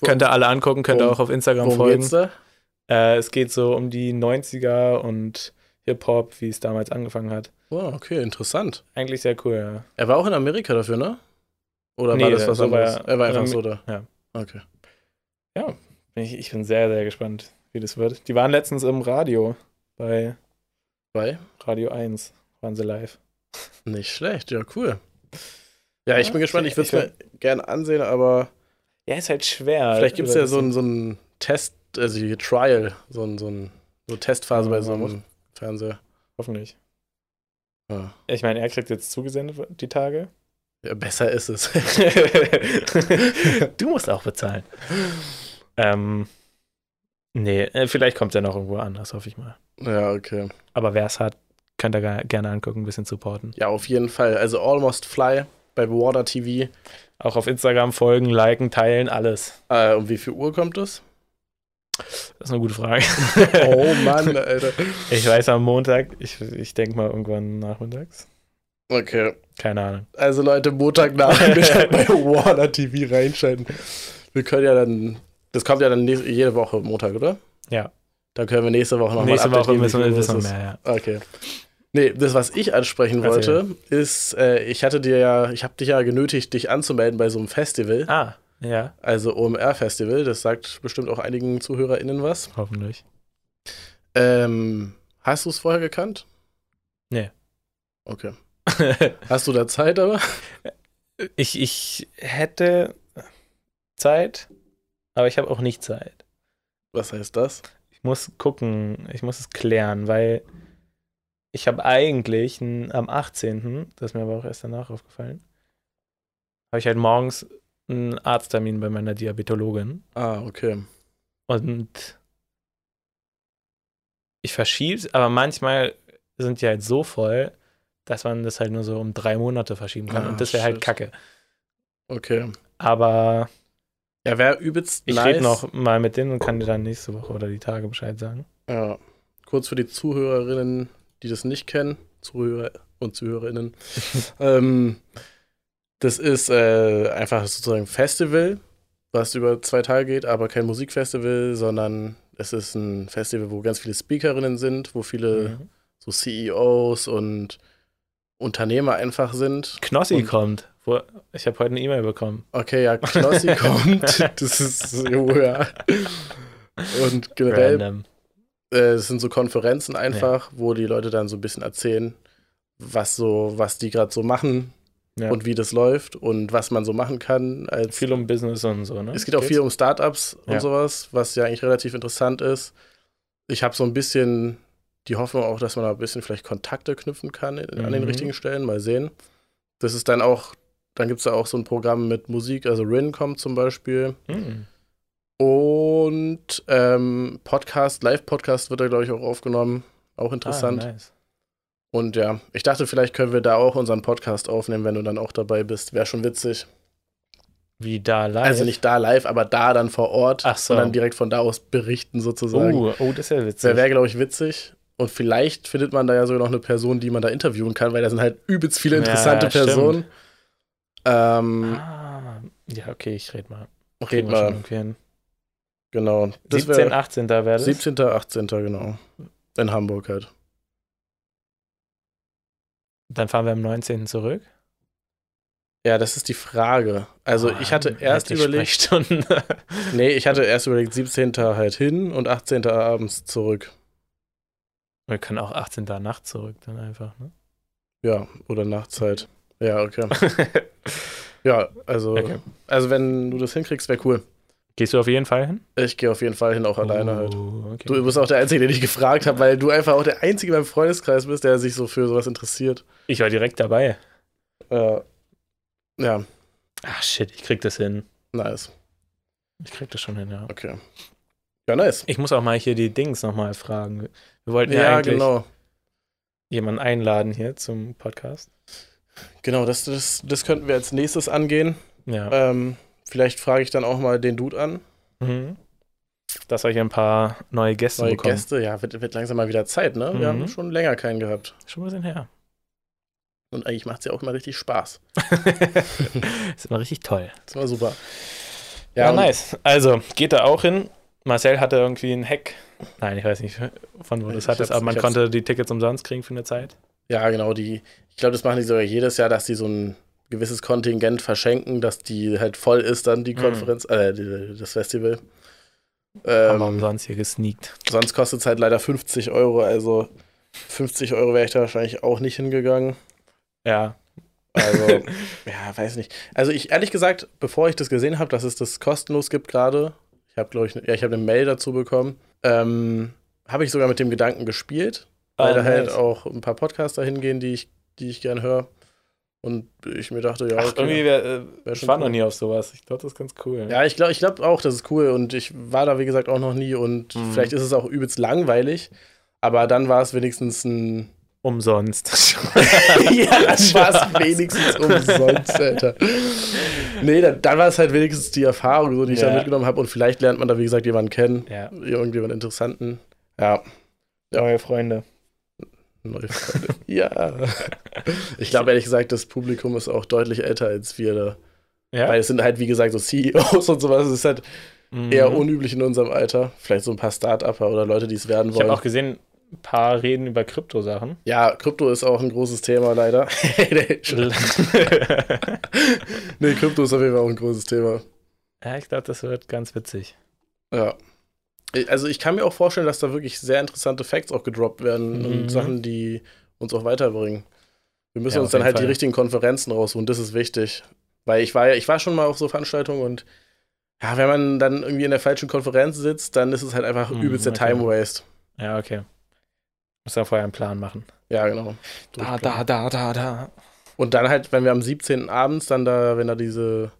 [SPEAKER 1] Wo-
[SPEAKER 2] Könnt ihr alle angucken, könnt ihr
[SPEAKER 1] Worum-
[SPEAKER 2] auch auf Instagram
[SPEAKER 1] Worum
[SPEAKER 2] folgen.
[SPEAKER 1] geht's da?
[SPEAKER 2] Äh, es geht so um die 90er und Hip-Hop, wie es damals angefangen hat.
[SPEAKER 1] Oh, okay, interessant.
[SPEAKER 2] Eigentlich sehr cool, ja.
[SPEAKER 1] Er war auch in Amerika dafür, ne? Oder war
[SPEAKER 2] Nee,
[SPEAKER 1] das was
[SPEAKER 2] da war
[SPEAKER 1] anderes?
[SPEAKER 2] er-
[SPEAKER 1] er war einfach
[SPEAKER 2] ähm,
[SPEAKER 1] so da.
[SPEAKER 2] ja.
[SPEAKER 1] Okay.
[SPEAKER 2] Bin Ich, ich bin sehr, sehr gespannt, wie das wird. Die waren letztens im Radio bei
[SPEAKER 1] Bei?
[SPEAKER 2] Radio 1, waren sie live.
[SPEAKER 1] Nicht schlecht, ja, cool. Ja, ich
[SPEAKER 2] Ja,
[SPEAKER 1] bin gespannt. Ich würde es
[SPEAKER 2] ich-
[SPEAKER 1] mir gerne ansehen, aber
[SPEAKER 2] Ja, ist halt schwer.
[SPEAKER 1] vielleicht gibt es
[SPEAKER 2] über
[SPEAKER 1] ja so
[SPEAKER 2] das-
[SPEAKER 1] einen so einen Test, also hier Trial, so ein, so ein, so Testphase bei so
[SPEAKER 2] Ja,
[SPEAKER 1] einem Fernseher.
[SPEAKER 2] Hoffentlich.
[SPEAKER 1] Ja.
[SPEAKER 2] Ich meine, er kriegt jetzt zugesendet die Tage.
[SPEAKER 1] Ja, besser ist es.
[SPEAKER 2] (laughs) du musst auch bezahlen. Ähm, nee, äh, vielleicht kommt er noch irgendwo anders, hoffe ich mal.
[SPEAKER 1] ja, okay.
[SPEAKER 2] Aber wer es hat, könnt ihr ga- gerne angucken, ein bisschen supporten.
[SPEAKER 1] Ja, auf jeden Fall. Also Almost Fly bei Water TV.
[SPEAKER 2] Auch auf Instagram folgen, liken, teilen, alles.
[SPEAKER 1] Äh, um wie viel Uhr kommt
[SPEAKER 2] (laughs)
[SPEAKER 1] es?
[SPEAKER 2] Das ist eine gute Frage.
[SPEAKER 1] Oh Mann, Alter.
[SPEAKER 2] (laughs) Ich weiß am Montag, ich, ich denke mal irgendwann nachmittags.
[SPEAKER 1] Okay.
[SPEAKER 2] Keine Ahnung.
[SPEAKER 1] Also Leute,
[SPEAKER 2] (laughs)
[SPEAKER 1] Montagnachmittag bei Warner TV reinschalten. Wir können ja dann, das kommt ja dann nächste, jede Woche Montag, oder?
[SPEAKER 2] Ja.
[SPEAKER 1] Dann können wir nächste Woche nochmal
[SPEAKER 2] Nächste Woche müssen wir
[SPEAKER 1] das
[SPEAKER 2] wissen mehr, ja.
[SPEAKER 1] Okay. Nee, das, was ich ansprechen
[SPEAKER 2] Erzähl.
[SPEAKER 1] wollte, ist, äh, ich hatte dir ja, ich habe dich ja genötigt, dich anzumelden bei so einem Festival,
[SPEAKER 2] Ah, ja,
[SPEAKER 1] also OMR-Festival, das sagt bestimmt auch einigen ZuhörerInnen was.
[SPEAKER 2] (laughs) hoffentlich.
[SPEAKER 1] Ähm, hast du es vorher gekannt?
[SPEAKER 2] Nee.
[SPEAKER 1] Okay. Hast du da Zeit aber?
[SPEAKER 2] ich, ich hätte Zeit, aber ich habe auch nicht Zeit.
[SPEAKER 1] Was heißt das?
[SPEAKER 2] Ich muss gucken, ich muss es klären, weil ich habe eigentlich n, am 18., das ist mir aber auch erst danach aufgefallen, habe ich halt morgens einen Arzttermin bei meiner Diabetologin.
[SPEAKER 1] Ah, okay.
[SPEAKER 2] Und ich verschieb's, aber manchmal sind die halt so voll, dass man das halt nur so um drei Monate verschieben kann.
[SPEAKER 1] Ah,
[SPEAKER 2] und das wäre halt
[SPEAKER 1] shit.
[SPEAKER 2] kacke.
[SPEAKER 1] Okay.
[SPEAKER 2] Aber
[SPEAKER 1] Ja, wäre übelst
[SPEAKER 2] Ich
[SPEAKER 1] nice.
[SPEAKER 2] rede noch mal mit denen und kann dir dann nächste Woche oder die Tage Bescheid sagen.
[SPEAKER 1] Ja. Kurz für die Zuhörerinnen, die das nicht kennen, Zuhörer und
[SPEAKER 2] (laughs)
[SPEAKER 1] Zuhörerinnen. ähm, das ist äh, einfach sozusagen ein Festival, was über zwei Tage geht, aber kein Musikfestival, sondern es ist ein Festival, wo ganz viele Speakerinnen sind, wo viele
[SPEAKER 2] Mhm.
[SPEAKER 1] so CEOs und Unternehmer einfach sind.
[SPEAKER 2] Knossi
[SPEAKER 1] Und-
[SPEAKER 2] kommt. Wo, ich habe heute eine E-Mail bekommen.
[SPEAKER 1] Okay, ja, Knossi (laughs) kommt. Das ist so, ja. (laughs) Und generell
[SPEAKER 2] Random.
[SPEAKER 1] äh, es sind so Konferenzen einfach, wo die Leute dann so ein bisschen erzählen, was so, was die gerade so machen
[SPEAKER 2] Ja.
[SPEAKER 1] und wie das läuft und was man so machen kann. Als
[SPEAKER 2] Viel um Business und so, ne?
[SPEAKER 1] es geht auch viel um Startups und
[SPEAKER 2] Ja.
[SPEAKER 1] sowas, was ja eigentlich relativ interessant ist. Ich habe so ein bisschen die Hoffnung auch, dass man da ein bisschen vielleicht Kontakte knüpfen kann in, an den
[SPEAKER 2] Mhm.
[SPEAKER 1] richtigen Stellen. Mal sehen. Das ist dann auch, dann gibt es da auch so ein Programm mit Musik, also Rin kommt zum Beispiel.
[SPEAKER 2] Mhm.
[SPEAKER 1] Und ähm, Podcast, Live-Podcast wird da, glaube ich, auch aufgenommen. Auch interessant.
[SPEAKER 2] Ah, nice.
[SPEAKER 1] Und ja, ich dachte, vielleicht können wir da auch unseren Podcast aufnehmen, wenn du dann auch dabei bist. Wäre schon witzig.
[SPEAKER 2] Wie da live.
[SPEAKER 1] Also nicht da live, aber da dann vor Ort.
[SPEAKER 2] Ach so.
[SPEAKER 1] Und dann direkt von da aus berichten sozusagen.
[SPEAKER 2] Oh, oh, das ist ja witzig.
[SPEAKER 1] Das wäre, glaube ich, witzig. Und vielleicht findet man da ja sogar noch eine Person, die man da interviewen kann, weil da sind halt übelst viele
[SPEAKER 2] Ja,
[SPEAKER 1] interessante
[SPEAKER 2] ja, stimmt.
[SPEAKER 1] Personen. Ähm,
[SPEAKER 2] ah, ja, okay, ich rede mal.
[SPEAKER 1] red
[SPEAKER 2] Kriegen wir schon
[SPEAKER 1] Ah, mal.
[SPEAKER 2] irgendwie hin.
[SPEAKER 1] Genau. Das
[SPEAKER 2] 17,
[SPEAKER 1] wäre
[SPEAKER 2] 18. da wäre das.
[SPEAKER 1] 17., 18., genau. In Hamburg halt.
[SPEAKER 2] Dann fahren wir am 19. zurück.
[SPEAKER 1] Ja, das ist die Frage. Also
[SPEAKER 2] Ah,
[SPEAKER 1] ich hatte
[SPEAKER 2] hätte
[SPEAKER 1] erst
[SPEAKER 2] ich
[SPEAKER 1] überlegt,
[SPEAKER 2] Sprechstunden.
[SPEAKER 1] nee, ich hatte erst überlegt, 17. halt hin und 18. abends zurück.
[SPEAKER 2] (laughs) wir können auch 18. Nacht zurück, dann
[SPEAKER 1] (laughs)
[SPEAKER 2] einfach, ne?
[SPEAKER 1] Ja, oder Nachtzeit. Ja, okay. Ja, also,
[SPEAKER 2] Okay.
[SPEAKER 1] also wenn du das hinkriegst, wäre cool.
[SPEAKER 2] Gehst du auf jeden Fall hin?
[SPEAKER 1] Ich gehe auf jeden Fall hin, auch alleine halt.
[SPEAKER 2] Oh, okay.
[SPEAKER 1] Du bist auch der Einzige, den ich gefragt habe, weil du einfach auch der Einzige in meinem Freundeskreis bist, der sich so für sowas interessiert.
[SPEAKER 2] ich war direkt dabei.
[SPEAKER 1] Äh, ja,
[SPEAKER 2] Ach shit, ich krieg das hin.
[SPEAKER 1] nice.
[SPEAKER 2] Ich krieg das schon hin, ja.
[SPEAKER 1] Okay. Ja, nice.
[SPEAKER 2] Ich muss auch mal hier die Dings nochmal fragen. Wir wollten ja,
[SPEAKER 1] Ja,
[SPEAKER 2] eigentlich
[SPEAKER 1] genau.
[SPEAKER 2] jemanden einladen hier zum Podcast.
[SPEAKER 1] Genau, das, das, das könnten wir als nächstes angehen.
[SPEAKER 2] Ja.
[SPEAKER 1] Ähm, vielleicht frage ich dann auch mal den Dude an.
[SPEAKER 2] Mhm. Dass wir hier ein paar neue Gäste
[SPEAKER 1] Äh. Neue
[SPEAKER 2] bekommen.
[SPEAKER 1] Gäste, ja, wird, wird langsam mal wieder Zeit, ne? Wir
[SPEAKER 2] Mhm.
[SPEAKER 1] haben schon länger keinen gehabt.
[SPEAKER 2] Schon ein
[SPEAKER 1] (laughs)
[SPEAKER 2] bisschen her. (laughs)
[SPEAKER 1] Und eigentlich macht es ja auch immer richtig Spaß.
[SPEAKER 2] ist immer richtig toll.
[SPEAKER 1] Das war super.
[SPEAKER 2] Ja,
[SPEAKER 1] und-
[SPEAKER 2] nice. Also, geht da auch hin. Marcel hatte irgendwie einen Hack. Nein, ich weiß nicht, von wo du
[SPEAKER 1] Ich
[SPEAKER 2] das hattest,
[SPEAKER 1] hab's-
[SPEAKER 2] aber man
[SPEAKER 1] ich hab's-
[SPEAKER 2] konnte die Tickets umsonst kriegen für eine Zeit.
[SPEAKER 1] Ja, genau. Die, ich glaube, das machen die sogar jedes Jahr, dass die so ein gewisses Kontingent verschenken, dass die halt voll ist, dann die
[SPEAKER 2] Mhm.
[SPEAKER 1] Konferenz, äh, die, das Festival.
[SPEAKER 2] Haben wir
[SPEAKER 1] Ähm,
[SPEAKER 2] umsonst hier gesneakt.
[SPEAKER 1] sonst kostet es halt leider 50 Euro, also 50 Euro wäre ich da wahrscheinlich auch nicht hingegangen.
[SPEAKER 2] Ja.
[SPEAKER 1] Also, ja, weiß nicht. Also, ich ehrlich gesagt, bevor ich das gesehen habe, dass es das kostenlos gibt gerade, ich habe, glaube ich, ne- ja, ich habe eine Mail dazu bekommen, ähm, habe ich sogar mit dem Gedanken gespielt, weil
[SPEAKER 2] Ah,
[SPEAKER 1] da halt
[SPEAKER 2] nice.
[SPEAKER 1] auch ein paar Podcaster hingehen, die ich, die ich gern höre. Und ich mir dachte, ja,
[SPEAKER 2] Ach, irgendwie,
[SPEAKER 1] okay.
[SPEAKER 2] wär, äh,
[SPEAKER 1] Wär
[SPEAKER 2] ich
[SPEAKER 1] schon
[SPEAKER 2] war
[SPEAKER 1] cool.
[SPEAKER 2] noch nie auf sowas. Ich glaube, das ist ganz cool.
[SPEAKER 1] Ja, ich glaube ich glaub auch, das ist cool. Und ich war da, wie gesagt, auch noch nie. Und
[SPEAKER 2] Mhm.
[SPEAKER 1] vielleicht ist es auch übelst langweilig. Aber dann war es wenigstens
[SPEAKER 2] (laughs)
[SPEAKER 1] ein. (laughs)
[SPEAKER 2] Umsonst. (laughs)
[SPEAKER 1] ja, dann war es wenigstens umsonst, Alter. Nee, dann, dann war es halt wenigstens die Erfahrung, so, die ich
[SPEAKER 2] Ja.
[SPEAKER 1] da mitgenommen habe. Und vielleicht lernt man da, wie gesagt, jemanden kennen.
[SPEAKER 2] ja.
[SPEAKER 1] Irgendjemanden Interessanten. Ja,
[SPEAKER 2] Neue Freunde.
[SPEAKER 1] neue Freunde. (laughs) ja. Ich glaube, ehrlich gesagt, das Publikum ist auch deutlich älter als wir da.
[SPEAKER 2] Ja.
[SPEAKER 1] Weil es sind halt, wie gesagt, so CEOs (laughs) und sowas. Es ist halt
[SPEAKER 2] Mhm.
[SPEAKER 1] eher unüblich in unserem Alter. Vielleicht so ein paar Start-Upper oder Leute, die es werden
[SPEAKER 2] Ich habe
[SPEAKER 1] wollen.
[SPEAKER 2] auch gesehen, ein paar reden über (laughs) Kryptosachen.
[SPEAKER 1] Ja, Krypto ist auch ein großes Thema,
[SPEAKER 2] (laughs)
[SPEAKER 1] leider. nee, Krypto ist auf jeden Fall auch ein großes Thema.
[SPEAKER 2] ja, ich glaube, das wird ganz witzig.
[SPEAKER 1] Ja. Also ich kann mir auch vorstellen, dass da wirklich sehr interessante Facts auch gedroppt werden
[SPEAKER 2] Mhm.
[SPEAKER 1] und Sachen, die uns auch weiterbringen. Wir müssen
[SPEAKER 2] Ja,
[SPEAKER 1] uns
[SPEAKER 2] auf
[SPEAKER 1] dann
[SPEAKER 2] jeden
[SPEAKER 1] halt die
[SPEAKER 2] Fall.
[SPEAKER 1] richtigen Konferenzen raussuchen, das ist wichtig. Weil ich war ja, ich war schon mal auf so Veranstaltungen und ja, wenn man dann irgendwie in der falschen Konferenz sitzt, dann ist es halt einfach
[SPEAKER 2] Mhm,
[SPEAKER 1] übelst der
[SPEAKER 2] okay.
[SPEAKER 1] Time Waste.
[SPEAKER 2] Ja, okay. Muss dann vorher einen Plan machen.
[SPEAKER 1] Ja, genau.
[SPEAKER 2] da, da, da.
[SPEAKER 1] Und dann halt, wenn wir am 17. abends dann da, wenn da diese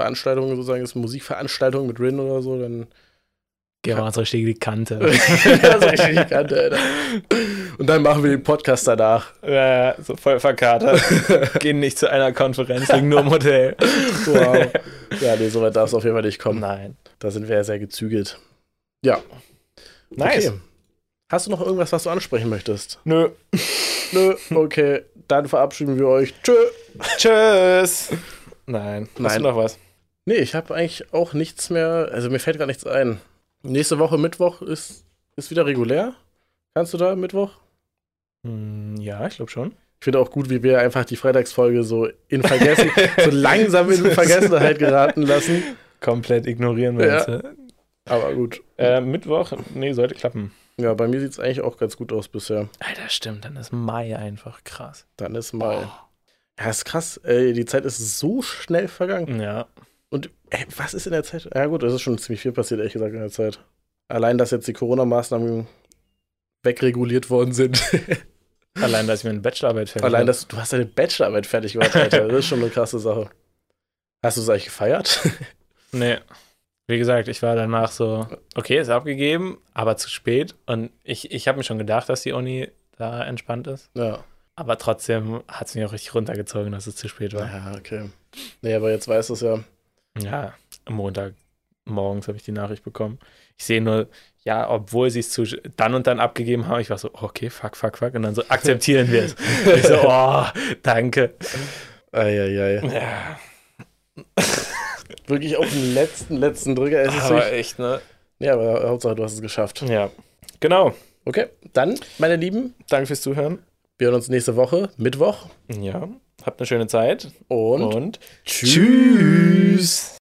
[SPEAKER 1] Veranstaltung sozusagen ist, Musikveranstaltung mit Rin oder so, dann
[SPEAKER 2] (laughs) Gehen wir mal so richtig die Kante.
[SPEAKER 1] das ist richtig bekannt, Alter. Und dann machen wir den Podcast danach.
[SPEAKER 2] Äh, so voll (laughs) verkatert. Gehen nicht zu einer Konferenz, liegen nur im Hotel. (laughs)
[SPEAKER 1] Wow. Ja, nee, so weit darf es auf jeden Fall nicht kommen.
[SPEAKER 2] Oh Nein.
[SPEAKER 1] Da sind wir ja sehr gezügelt. Ja.
[SPEAKER 2] Nice.
[SPEAKER 1] Okay. Hast du noch irgendwas, was du ansprechen möchtest?
[SPEAKER 2] Nö.
[SPEAKER 1] Nö, okay. Dann verabschieden wir euch. Tschö.
[SPEAKER 2] (laughs) Tschüss. Nein. Hast
[SPEAKER 1] Nein.
[SPEAKER 2] du noch was?
[SPEAKER 1] Nee, ich habe eigentlich auch nichts mehr. Also mir fällt gar nichts ein. Nächste Woche Mittwoch ist, ist wieder regulär. Kannst du da Mittwoch?
[SPEAKER 2] Hm, ja, ich glaube schon.
[SPEAKER 1] Ich finde auch gut, wie wir einfach die Freitagsfolge so in Vergessen,
[SPEAKER 2] (laughs)
[SPEAKER 1] so langsam in Vergessenheit geraten lassen.
[SPEAKER 2] Komplett ignorieren wir
[SPEAKER 1] Ja.
[SPEAKER 2] uns. ne?
[SPEAKER 1] Aber gut.
[SPEAKER 2] Äh, Mittwoch, nee, sollte klappen.
[SPEAKER 1] Ja, bei mir sieht es eigentlich auch ganz gut aus bisher.
[SPEAKER 2] Alter, stimmt, dann ist Mai einfach krass.
[SPEAKER 1] Dann ist mal. Ja, ist krass. Ey, die Zeit ist so schnell vergangen.
[SPEAKER 2] Ja.
[SPEAKER 1] Und ey, was ist in der Zeit? Ja, gut, es ist schon ziemlich viel passiert, ehrlich gesagt, in der Zeit. Allein, dass jetzt die Corona-Maßnahmen wegreguliert worden (laughs) sind.
[SPEAKER 2] Allein, dass ich mir eine Bachelorarbeit fertig
[SPEAKER 1] Allein,
[SPEAKER 2] hab.
[SPEAKER 1] dass du hast deine Bachelorarbeit fertig gemacht, Alter. Das ist schon eine krasse Sache. Hast du es eigentlich gefeiert? (laughs)
[SPEAKER 2] Nee. Wie gesagt, ich war danach so, okay, ist abgegeben, aber zu spät. Und ich, ich habe mir schon gedacht, dass die Uni da entspannt ist.
[SPEAKER 1] Ja.
[SPEAKER 2] Aber trotzdem hat es mich auch richtig runtergezogen, dass es zu spät war.
[SPEAKER 1] Ja, okay. Nee, aber jetzt weißt du es ja.
[SPEAKER 2] Ja, am Montag morgens habe ich die Nachricht bekommen. Ich sehe nur, ja, obwohl sie es zu dann und dann abgegeben haben, ich war so, okay, fuck, fuck, fuck. Und dann so, (laughs) akzeptieren wir es. ich so, oh, danke.
[SPEAKER 1] Eieiei.
[SPEAKER 2] Ja,
[SPEAKER 1] Wirklich auf den letzten, letzten Drücker. Es ist nicht,
[SPEAKER 2] echt, ne?
[SPEAKER 1] ja, aber Hauptsache, du hast es geschafft.
[SPEAKER 2] Ja. Genau.
[SPEAKER 1] Okay, dann, meine Lieben,
[SPEAKER 2] Danke fürs Zuhören.
[SPEAKER 1] wir hören uns nächste Woche, Mittwoch.
[SPEAKER 2] Ja. Habt eine schöne Zeit
[SPEAKER 1] Und,
[SPEAKER 2] und
[SPEAKER 1] tschüss.